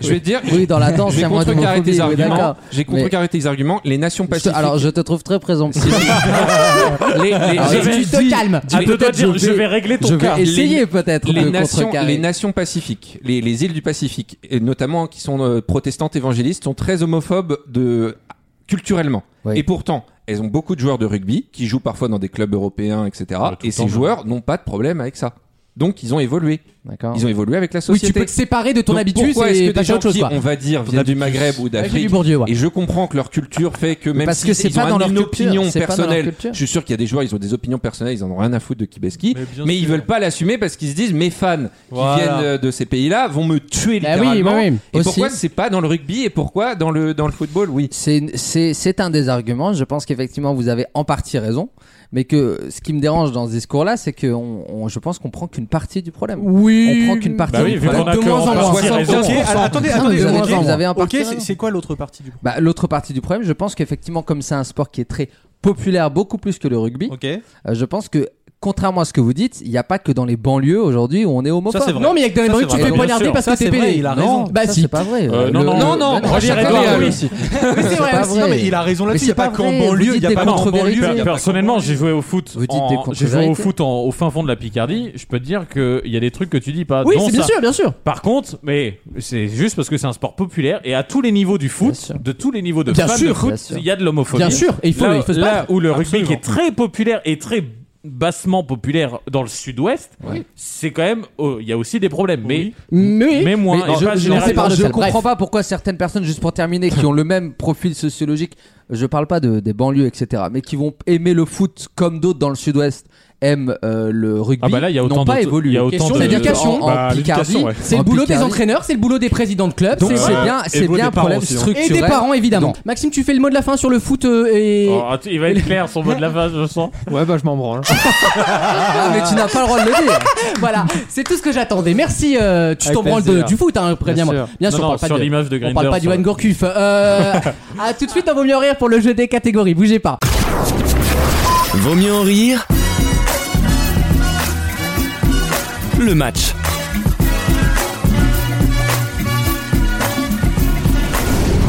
I: je vais te dire,
G: Oui, dans la danse, il y
I: j'ai
G: a moins
I: contrecarré
G: d'homophobie.
I: tes
G: oui,
I: arguments.
G: d'accord.
I: J'ai contrecarré tes arguments. Les nations
G: Je te-
I: pacifiques.
G: Alors, je te trouve très présomptueux.
I: les, les-
G: Alors,
I: je
G: je
I: vais-
G: vais-
B: tu te
G: dis-
B: calmes.
C: À deux doigts de dire,
G: je
C: je
G: vais-
C: vais régler ton
G: Je
C: cas.
G: vais essayer peut-être
I: les
G: de
I: nations, les
G: contrecarrer.
I: nations pacifiques, les, les îles du Pacifique, et notamment qui sont euh, protestantes évangélistes, sont très homophobes de culturellement.
G: Oui.
I: Et pourtant, elles ont beaucoup de joueurs de rugby qui jouent parfois dans des clubs européens, etc.
C: Ouais, tout
I: et
C: le temps,
I: ces joueurs n'ont pas de problème avec ça. Donc ils ont évolué.
G: D'accord.
I: Ils ont évolué avec la
B: Oui, tu
I: société.
B: peux te séparer de ton
I: Donc,
B: habitus
I: pourquoi est-ce que
B: et
I: des
B: passer à
I: gens
B: autre chose.
I: qui,
B: quoi.
I: on va dire, viennent du Maghreb ou
B: Ouais, j'ai du
I: d'Afrique
B: Bourdieu, ouais.
I: Et je comprends que leur culture fait que même
G: parce
I: si
G: que c'est
I: ils
G: pas
I: ont
G: dans
I: un-
G: leur
I: une
G: culture,
I: opinion
G: c'est pas dans leur
I: personnelle,
G: culture.
I: je suis sûr qu'il y a des joueurs, ils ont des opinions personnelles, ils en ont rien à foutre de Kibeski, mais,
K: bien
I: ils
K: sûr.
I: veulent pas l'assumer parce qu'ils se disent mes fans qui
K: Voilà.
I: viennent euh, de ces pays-là vont me tuer
B: Bah oui,
I: littéralement.
B: bah oui.
I: Et
G: Aussi.
I: pourquoi c'est pas dans le rugby et pourquoi dans le dans le football Oui.
G: C'est une- C'est c'est un des arguments. Je pense qu'effectivement, vous avez en partie raison. Mais que ce qui me dérange dans ce discours-là, c'est que on, on- je pense qu'on prend qu'une partie du problème.
B: Oui.
G: On prend qu'une partie
C: Bah oui,
G: du
C: vu
G: problème.
C: qu'on a
B: De
C: que
B: moins
C: en
B: en
C: partie
B: moins.
C: raison.
K: Ok, alors, attendez,
G: Non,
K: attendez,
G: vous avez-
K: ok.
G: vous avez un
K: Ok,
G: parti,
K: c'est-
G: non
K: c'est quoi l'autre partie du
G: Bah, L'autre partie du problème, je pense qu'effectivement, comme c'est un sport qui est très populaire, beaucoup plus que le rugby,
K: Ok.
G: euh, je pense que, contrairement à ce que vous dites, il n'y a pas que dans les banlieues aujourd'hui où on est homophobe.
K: Ça, c'est vrai.
B: Non, mais il y a que dans les
K: Ça,
B: banlieues, tu
K: c'est
B: te
K: vrai.
B: fais
C: Bien
B: poignarder
C: sûr.
B: parce
K: Ça,
B: que t'es
K: c'est vrai,
B: pédé.
K: il a
G: non,
K: raison.
B: Bah
G: ça,
B: si.
G: c'est pas vrai.
C: Euh, non,
G: Le-
C: non,
G: non,
I: non,
G: non,
I: Roger
G: chacun-
I: Edouard,
G: non,
I: oui.
G: mais-
K: Mais c'est
G: pas
K: vrai, aussi.
G: vrai.
K: Non, mais il a raison
G: Mais
K: là-dessus. Il
G: c'est
K: n'y a pas
G: pas
K: qu'en
G: vrai, vous
K: banlieue,
G: dites
K: il n'y a
G: des
K: pas qu'en
G: contre-vérités.
K: banlieue.
G: Il y a pas
C: Personnellement, j'ai joué au foot.
G: Vous dites
C: en-
G: des contre-
C: J'ai joué au
G: vérités.
C: foot en- au fin fond de la Picardie. Je peux te dire qu'il y a des trucs que tu dis pas.
B: Oui,
C: dont
B: c'est bien
C: ça.
B: sûr, bien sûr.
C: Par contre, mais c'est juste parce que c'est un sport populaire et à tous les niveaux du
G: Bien
C: foot,
G: sûr.
C: de tous les niveaux de
B: Bien
C: fans de
B: sûr.
G: Bien
C: foot,
G: sûr.
C: il y a de l'homophobie.
B: Bien sûr, et il faut-
C: là,
B: il faut se
C: là
B: battre.
C: où le rugby
E: Absolument.
C: qui est très populaire et très bassement populaire dans le sud-ouest, c'est quand même oh, il y a aussi des problèmes, mais
B: Mais
C: mais moins.
G: Mais
C: et
G: je,
C: pas
G: je-
C: général-
B: c'est par-
G: je
B: paradoxal.
G: comprends
B: Bref.
G: pas pourquoi certaines personnes, juste pour terminer, qui ont le même profil sociologique, je parle pas de, des banlieues, etc., mais qui vont aimer le foot comme d'autres dans le sud-ouest aiment euh, le rugby,
C: Ah bah là, il y a
G: n'ont
C: autant
G: pas
C: d'autres- il y
G: évolué.
C: a autant
B: Question
C: de-
B: d'éducation.
G: En, en
E: Bah,
G: Picardie,
E: l'éducation, ouais.
B: c'est
G: en
B: le boulot des
G: Picardie,
B: entraîneurs, c'est le boulot des présidents de club.
G: Donc
B: c'est-
G: c'est
E: ouais.
G: bien,
E: Et
G: c'est
E: vous,
G: bien
E: des
G: un
E: parents
G: problème
E: aussi, hein.
B: Et
G: structurel.
B: des parents, évidemment. Maxime, tu fais le mot de la fin sur le foot euh, et.
C: Oh, attends, il va être clair son mot de la fin, je sens.
F: Ouais, bah je m'en branle.
G: Ah, mais tu n'as pas le droit de le dire.
B: Voilà, c'est tout ce que j'attendais. Merci, euh, tu
F: Avec
B: t'en branles de-
F: plaisir.
B: du foot, hein, préviens-moi.
F: Bien
B: Bien,
F: sûr.
B: sûr,
C: Non,
B: on
C: non,
B: parle pas
C: sur
B: de-
C: l'image de
B: on parle pas
C: Grindr,
B: d'Ivan Gourcuff. Euh, à tout de suite dans Vaut mieux en rire pour le jeu des catégories. Bougez pas.
A: Vaut mieux en rire. Le match.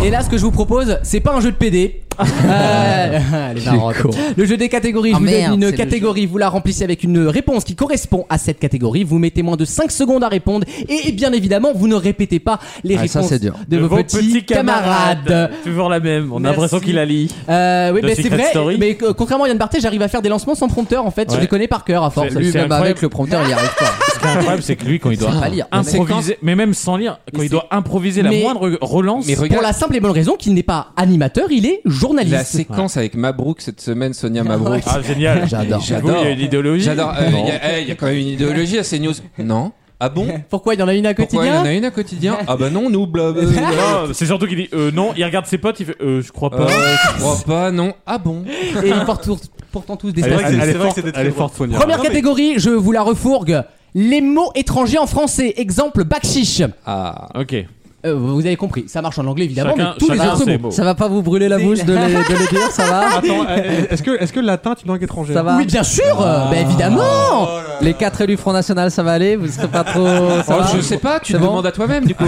B: Et là, ce que je vous propose, c'est pas un jeu de PD, Euh, les marottes. Le jeu des catégories, je
L: Ah
B: vous
L: merde,
B: donne
L: c'est
B: une
L: le
B: catégorie, vous la remplissez avec une réponse qui correspond à cette catégorie, vous mettez moins de 5 secondes à répondre et bien évidemment vous ne répétez pas les
G: Ah,
B: réponses
G: ça, c'est dur.
B: de, vos, petits, camarades.
C: Toujours la même. On a
B: Merci.
C: l'impression qu'il la lit.
B: Euh, oui,
C: De
B: mais c'est
C: Secret
B: vrai,
C: Story.
B: mais euh, contrairement à Yann Barthé, j'arrive à faire des lancements sans prompteur en fait, je
C: Ouais.
B: les connais par cœur à force.
C: C'est-
G: Lui,
C: c'est
G: même
C: incroyable.
G: avec le prompteur, il n'y arrive pas.
C: Ce qui est incroyable, c'est que lui, quand il doit
G: sait pas lire.
C: improviser, mais même sans lire, quand il doit improviser la
B: Mais-
C: moindre relance,
I: Mais
B: Pour
I: regarde, Bah,
B: la simple et bonne raison qu'il n'est pas animateur, il est journaliste.
I: la séquence avec Mabrouk cette semaine, Sonia Mabrouk.
C: ah génial.
G: J'adore.
C: J'avoue, il y a une idéologie.
I: J'adore. euh,
C: Bon.
I: Il y a- eh, il y, a quand même une idéologie à ces news. Non. Ah bon
B: Pourquoi il y en a une à
I: Pourquoi il y
B: quotidien
I: en a une à quotidien Ah bah non, nous, blablabla.
C: Non, c'est surtout qu'il dit euh, non, il regarde ses potes, il fait euh, je crois pas.
I: Euh, je crois pas, non. Ah bon
B: et ils portent tous- pourtant tous des
C: Elle est-
B: statues.
C: elle est
E: C'est vrai que
C: forte,
E: c'était très
C: elle est
E: drôle.
C: forte, Sonia.
B: Première catégorie, je vous la refourgue. Les mots étrangers en français. Exemple, bakchich.
I: Ah.
C: Ok.
B: Euh, vous avez compris, ça marche en anglais évidemment,
C: Chacun-
B: mais tous les
C: chacun
B: autres
C: ses
B: mots.
C: mots.
G: Ça va pas vous brûler la bouche de les, de les dire, ça va
E: Attends, euh, est-ce que, est-ce que le latin est une langue étrangère
G: Ça va Ah.
B: Oui, bien sûr, euh, bah, évidemment.
G: Les quatre élus Front National, ça va aller Vous serez pas trop. Ça
I: Oh,
G: va
I: je sais pas, tu
G: C'est
I: te
G: bon
I: demandes à toi-même du coup.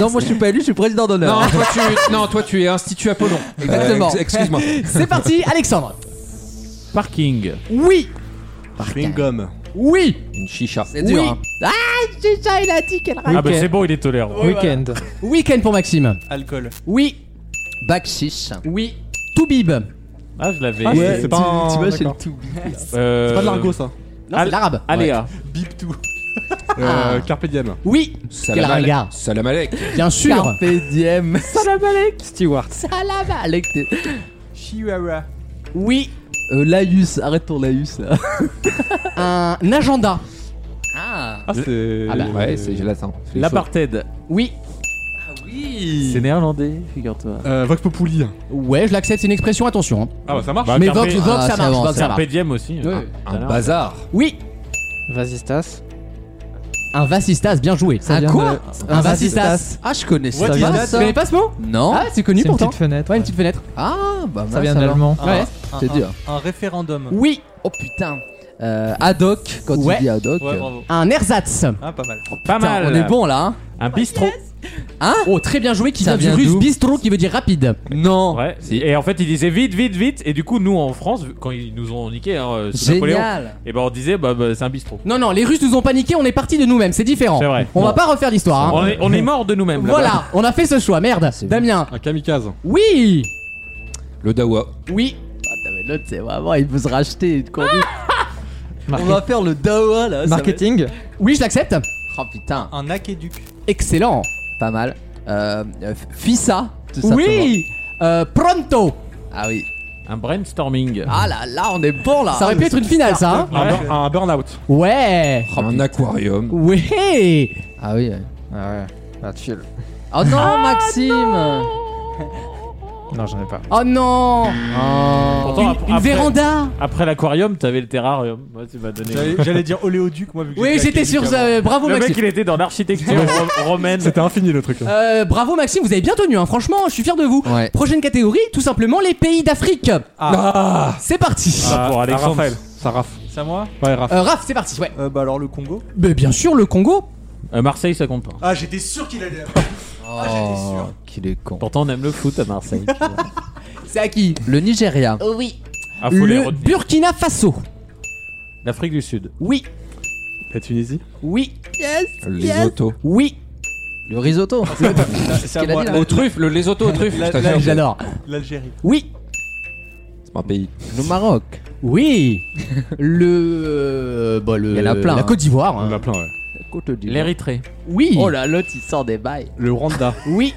G: Non, moi je suis pas élu, je suis président d'honneur.
I: non, toi tu, non, toi tu es Institut Apollon.
G: Exactement.
I: Euh, ex- Excuse-moi.
B: C'est parti, Alexandre.
C: Parking.
B: Oui,
E: Une gomme.
B: oui,
I: Une chicha.
G: C'est dur.
B: oui.
G: hein.
B: Ah, déjà, il a dit qu'elle
C: Ah
B: rate.
C: bah c'est bon, il est tolérant.
F: Weekend.
B: Week-end pour Maxime.
K: Alcool.
B: Oui,
G: Bakchich.
B: oui. Toubib.
C: Ah je l'avais.
E: Ah, c'est- c'est pas un-
G: T'imagines,
E: d'accord.
G: tout.
C: Euh,
E: C'est pas de l'argot ça.
B: Non, c'est de l'arabe.
C: Aléa.
E: Bip tout. Euh, Carpe diem.
B: Oui,
I: Salam
B: Quel
I: ale-
B: ringard.
I: Salam alek.
B: bien sûr.
G: Carpe diem. Salam alek. Stewart. Salam alek.
K: Chihuahua.
B: Oui,
G: Euh, Laïus, arrête ton Laïus. là.
B: un agenda.
G: Ah.
E: Ah, c'est.
B: Ah bah,
I: Ouais, c'est latin.
C: L'apartheid.
B: Oui,
G: Ah
C: C'est néerlandais, figure-toi.
E: Euh, Vox Populi.
B: ouais, je l'accepte, c'est une expression, attention. hein.
E: Ah bah ça marche.
C: Bah,
B: Mais
C: Carpe-
B: Vox, Vox,
G: Ah,
B: ça
G: ça
B: marche,
G: va,
B: Vox, ça
C: Carpe
B: marche.
C: diem aussi. hein. Ah,
B: Ouais. Ah, bah,
I: Un bazar.
B: Oui,
F: Vasistas.
B: un vacistas, bien joué.
F: Ça vient
G: quoi
F: de-
B: Un
F: Un
B: vacistas.
F: vacistas.
G: Ah, je connais
E: What
G: ça.
E: is
G: va,
E: that
B: Tu
G: ça
B: connais pas ce mot
G: Non.
B: Ah, c'est connu
F: C'est une
B: pourtant.
F: petite fenêtre.
B: Ouais, une petite fenêtre.
G: Ah, bah mince,
F: Ça vient de
G: alors.
F: l'allemand.
B: Ouais.
K: Un-
G: C'est
K: un-
G: dur.
K: Un référendum.
B: Oui,
G: Oh putain. Euh, ad hoc, quand
B: Ouais.
G: tu dis ad hoc.
K: Ouais, bravo.
B: un ersatz.
K: Ah, pas mal.
C: Pas
G: Putain,
C: mal.
G: on est bon là. hein.
C: Un bistrot.
B: Oh, très bien joué, qui
G: Ça
B: vient, du
G: vient
B: russe
G: d'où
B: bistro, qui veut dire rapide.
G: Non.
C: Ouais. Et en fait, il disait vite, vite, vite. Et du coup, nous en France, quand ils nous ont niqué, hein, euh, sous Napoléon,
G: Génial.
C: et ben on disait bah, bah, c'est un bistrot.
B: Non, non, les Russes nous ont paniqué, on est parti de nous-mêmes, c'est différent.
C: C'est vrai.
B: On va
C: Bon.
B: pas refaire l'histoire. hein.
C: On est, on est mort de nous-mêmes. là-bas.
B: Voilà, on a fait ce choix, merde.
G: C'est
B: Damien,
E: Un kamikaze.
B: oui,
I: Le dawa.
B: oui.
G: Putain, Ah, mais l'autre, c'est vraiment, il veut se racheter. une conduite. on
F: Market-
G: va faire le dawa là. ça va être-
F: Marketing.
B: Oui, je l'accepte.
G: Oh putain,
K: Un aqueduc.
B: Excellent.
G: pas mal. Euh, euh, Fissa, tout simplement.
B: Oui. Euh, pronto.
G: Ah oui.
C: Un brainstorming. Ah,
G: Ah là là, on est bon là.
B: Ça aurait pu être une finale, ça. hein
E: Un, bur- un burn-out.
B: ouais.
I: Un aquarium.
B: Ouais.
G: Ah oui. ouais. Oh non, Maxime.
F: Non, j'en ai pas.
B: Oh non.
G: Ah.
C: Pourtant,
B: Une-
C: ap-
B: une
C: après-
B: véranda.
C: Après l'aquarium, t'avais le terrarium. Moi, tu m'as donné.
K: J'allais j'allais dire oléoduc, moi, vu que
B: Oui,
K: j'étais
B: j'étais
K: aqueduc
B: sur
K: avant.
B: ça. Bravo,
C: Le
B: Maxime.
C: mec, il était dans l'architecture ro- romaine.
E: C'était infini le truc.
B: Euh, bravo Maxime, vous avez bien tenu, hein. franchement, je suis fier de vous.
G: Ouais.
B: Prochaine catégorie, tout simplement les pays d'Afrique. C'est parti.
C: Ah, pour Alexandre.
E: Raphaël. Ça raffe.
K: C'est à moi
E: Ouais, raffe.
B: Euh, Raph, c'est parti, ouais.
K: Euh, Bah, alors le Congo.
B: Mais bien sûr, le Congo.
C: Euh, Marseille, ça compte pas.
K: Ah, j'étais sûr qu'il allait.
G: Oh, qu'il est con.
C: Pourtant, on aime le foot à Marseille.
B: C'est à qui
G: Le Nigeria.
B: Oui.
C: ah, faut les
B: Le
C: retenir.
B: Burkina Faso.
C: L'Afrique du Sud.
B: Oui,
E: La Tunisie.
B: oui,
I: Les autos.
B: oui.
G: Le risotto.
C: Ah,
K: C'est à
G: qu'il a
K: moi.
G: dit, là.
K: La-
I: Autruffes, le, les autos aux truffes.
K: La-
I: je
K: la-
I: t'assure.
B: Ah, J'adore.
K: L'Algérie.
B: Oui,
I: C'est pas un pays.
G: le Maroc.
B: oui. Le. euh, bah, le-
G: Il y en a plein,
B: La
G: hein.
B: Côte d'Ivoire. hein.
E: On en a plein, ouais.
G: Côte d'Ivoire.
C: L'Érythrée.
B: Oui,
G: Oh là, l'autre il sort des bails. Ah,
E: Le Rwanda.
B: oui.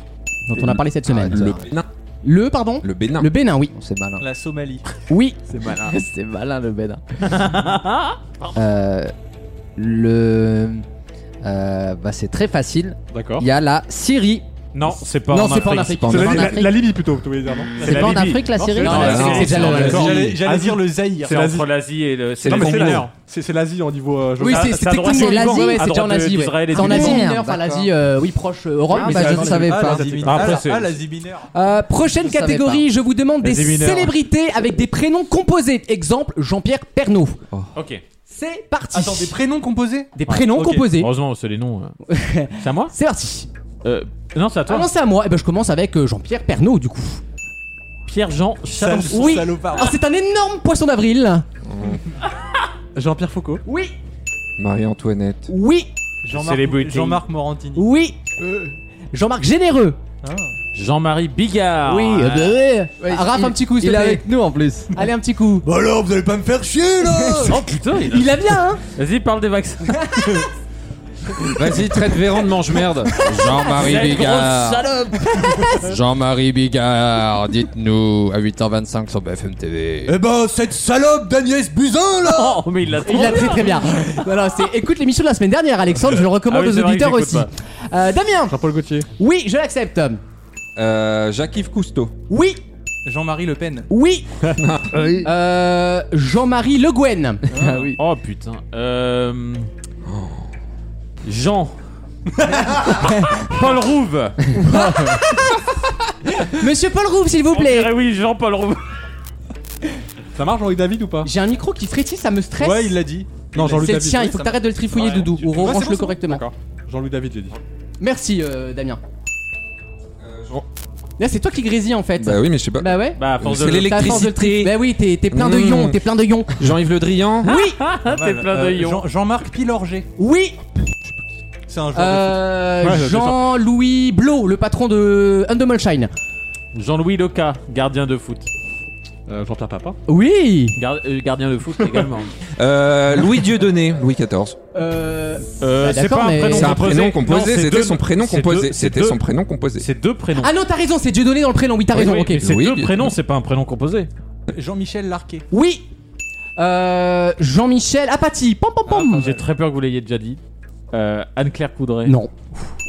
B: Dont on a parlé cette semaine.
G: Le
I: Bénin.
B: Le, pardon
I: Le Bénin.
B: Le Bénin, oui.
G: C'est malin.
K: La Somalie.
B: Oui.
G: C'est malin le Bénin. Euh, le. euh, bah, c'est très facile.
E: D'accord.
G: Il y a la Syrie.
C: Non, c'est pas
B: non,
C: en
B: c'est pas en Afrique.
C: Afrique.
G: C'est
E: C'est la,
G: en
E: la-
G: Afrique.
E: la Libye plutôt, tous les dire, non
C: C'est
G: C'est
C: la
G: pas en
C: Libye.
G: Afrique la
C: Non,
G: Syrie
C: c'est-
B: Non,
C: non,
B: la Syrie, c'est déjà
C: en
B: la-
C: Corée.
K: J'allais j'allais
E: Asie.
K: dire le Zaïre.
C: C'est entre l'Asie et le. C'est les
E: c'est
C: fonds
E: l'Asie.
C: mineurs.
E: C'est c'est l'Asie en niveau euh,
B: Oui,
E: géographique.
B: c'est
C: ça
B: c'est
C: a droit
B: techniquement
G: de-
B: l'Asie,
G: l'Asie,
B: ouais,
C: à
B: c'est déjà
C: droite
B: en
C: de-
B: Asie, ouais.
C: d'Israël et
B: C'est en
C: du
B: Asie
G: Liban.
B: mineure, enfin
G: D'accord.
B: l'Asie, euh, oui, proche euh, Europe.
G: Ah,
B: mais
G: bah,
B: c'est
G: je
B: en
G: ne
B: Asie.
G: savais
E: Ah,
G: pas.
E: la- la-
K: Ah,
C: Ah,
K: la-
C: après, c'est-
K: ah, l'Asie mineure.
B: Euh, prochaine
G: Je savais
B: catégorie, je vous demande des
C: Les émineurs.
B: célébrités avec des prénoms composés. Exemple, Jean-Pierre Pernaud.
C: Ok.
B: C'est parti.
K: Attends, des prénoms composés
B: Des prénoms
K: ok.
B: composés.
C: Heureusement, c'est les noms. euh. C'est à moi
B: C'est parti.
C: Euh, Non, c'est à toi.
B: Ah, Eh Allons, c'est à moi. Et ben, je commence avec euh, Jean-Pierre Pernaud, du coup.
C: Pierre-Jean Charles.
K: Sale-
B: Oui.
K: salopard.
B: Alors, Ah, c'est un énorme poisson d'avril.
E: Jean-Pierre Foucault.
B: Oui,
I: Marie-Antoinette.
B: oui,
C: Celebrity.
K: Jean-Marc Morantini.
B: oui. Jean-Marc Généreux.
C: Jean-Marie Bigard.
B: oui,
C: Ah.
B: euh, ouais. Raph,
G: il-
B: un petit coup, s'il
G: Il
B: te
G: est
B: plaît.
G: avec nous en plus.
B: Allez, un petit coup.
E: Bah alors, vous allez pas me faire chier là
C: Oh putain, il a-
B: Il a bien, hein
C: vas-y, parle des vaccins.
I: Vas-y, traite Véran de mange-merde. Jean-Marie
C: Quelle grosse
I: Bigard.
C: salope
I: Jean-Marie Bigard, dites-nous à 8h25 sur BFM TV.
E: Eh ben, cette salope d'Agnès Buzyn là
C: Oh, mais il l'a
B: Il
C: trop
B: l'a très très bien. Voilà, c'est écoute l'émission de la semaine dernière, Alexandre, je le recommande
C: Ah oui,
B: aux
C: c'est vrai que
B: auditeurs aussi.
C: j'écoute
B: Euh, Damien,
E: Jean-Paul Gauthier.
B: oui, je l'accepte.
I: Euh, Jacques-Yves Cousteau.
B: Oui,
K: Jean-Marie Le Pen.
B: oui.
G: Oui.
B: Euh, Jean-Marie Le Guen.
G: Ah oui.
C: Oh putain. Euh... Jean. Paul Rouve.
B: Monsieur Paul Rouve, s'il vous
C: On
B: plaît.
C: dirait oui, Jean-Paul Rouve.
E: Ça marche Jean-Luc David ou pas
B: J'ai un micro qui frétille, ça me stresse.
E: Ouais, il l'a dit. Non, Jean-Luc
B: C'est le
E: David.
B: tien, il faut que t'arrêtes de le trifouiller, Doudou, ou
E: Ouais,
B: range
E: c'est
B: le
E: bon,
B: correctement.
E: D'accord. Jean-Luc David, j'ai dit.
B: Merci, euh, Damien.
I: Jean-
B: Là, c'est toi qui grésille en fait.
I: Bah oui, mais je sais pas.
B: Bah ouais.
C: Bah, à force
I: C'est
C: de le-
I: l'élec-
B: T'as la force de le trifouiller.
I: L'électricité.
B: Bah oui, t'es t'es plein de
I: Mmh.
B: ions, t'es plein de ions.
I: Jean-Yves Le Drian.
B: Oui,
C: Ah, t'es plein de ions.
K: Euh, Jean- Jean-Marc Pilorget.
B: oui.
K: C'est un joueur
B: Euh,
E: Ouais, je le sens.
B: Jean-Louis Blo, le patron de Undermolshine.
C: Jean-Louis Leca, gardien de foot.
E: Euh, Jean-Pierre Papin.
B: Oui.
C: Gar- euh, gardien de foot également.
I: Euh, Louis Dieudonné. Louis XIV.
B: Euh,
C: Euh,
B: Bah,
C: c'est
B: d'accord,
C: pas un
B: mais-
C: prénom
I: C'est un
C: composé.
I: prénom
C: Non,
I: composé.
C: c'est
I: C'était
C: deux-
I: son prénom
C: c'est deux-
I: composé.
C: c'est
I: C'était
C: deux-
I: son prénom composé.
C: C'est deux prénoms.
B: Ah non, t'as raison, c'est Dieu donné dans le prénom. Oui, t'as
C: Oui,
B: raison.
C: oui,
B: ok.
C: mais C'est
I: Oui,
C: deux
I: bien-
C: prénoms, c'est pas un prénom composé.
K: défensif. Jean-Michel Larquet.
B: Oui. Euh, Jean-Michel Apathy. Pom pom pom.
C: J'ai très peur que vous l'ayez déjà dit. Euh, Anne-Claire Coudray.
B: non.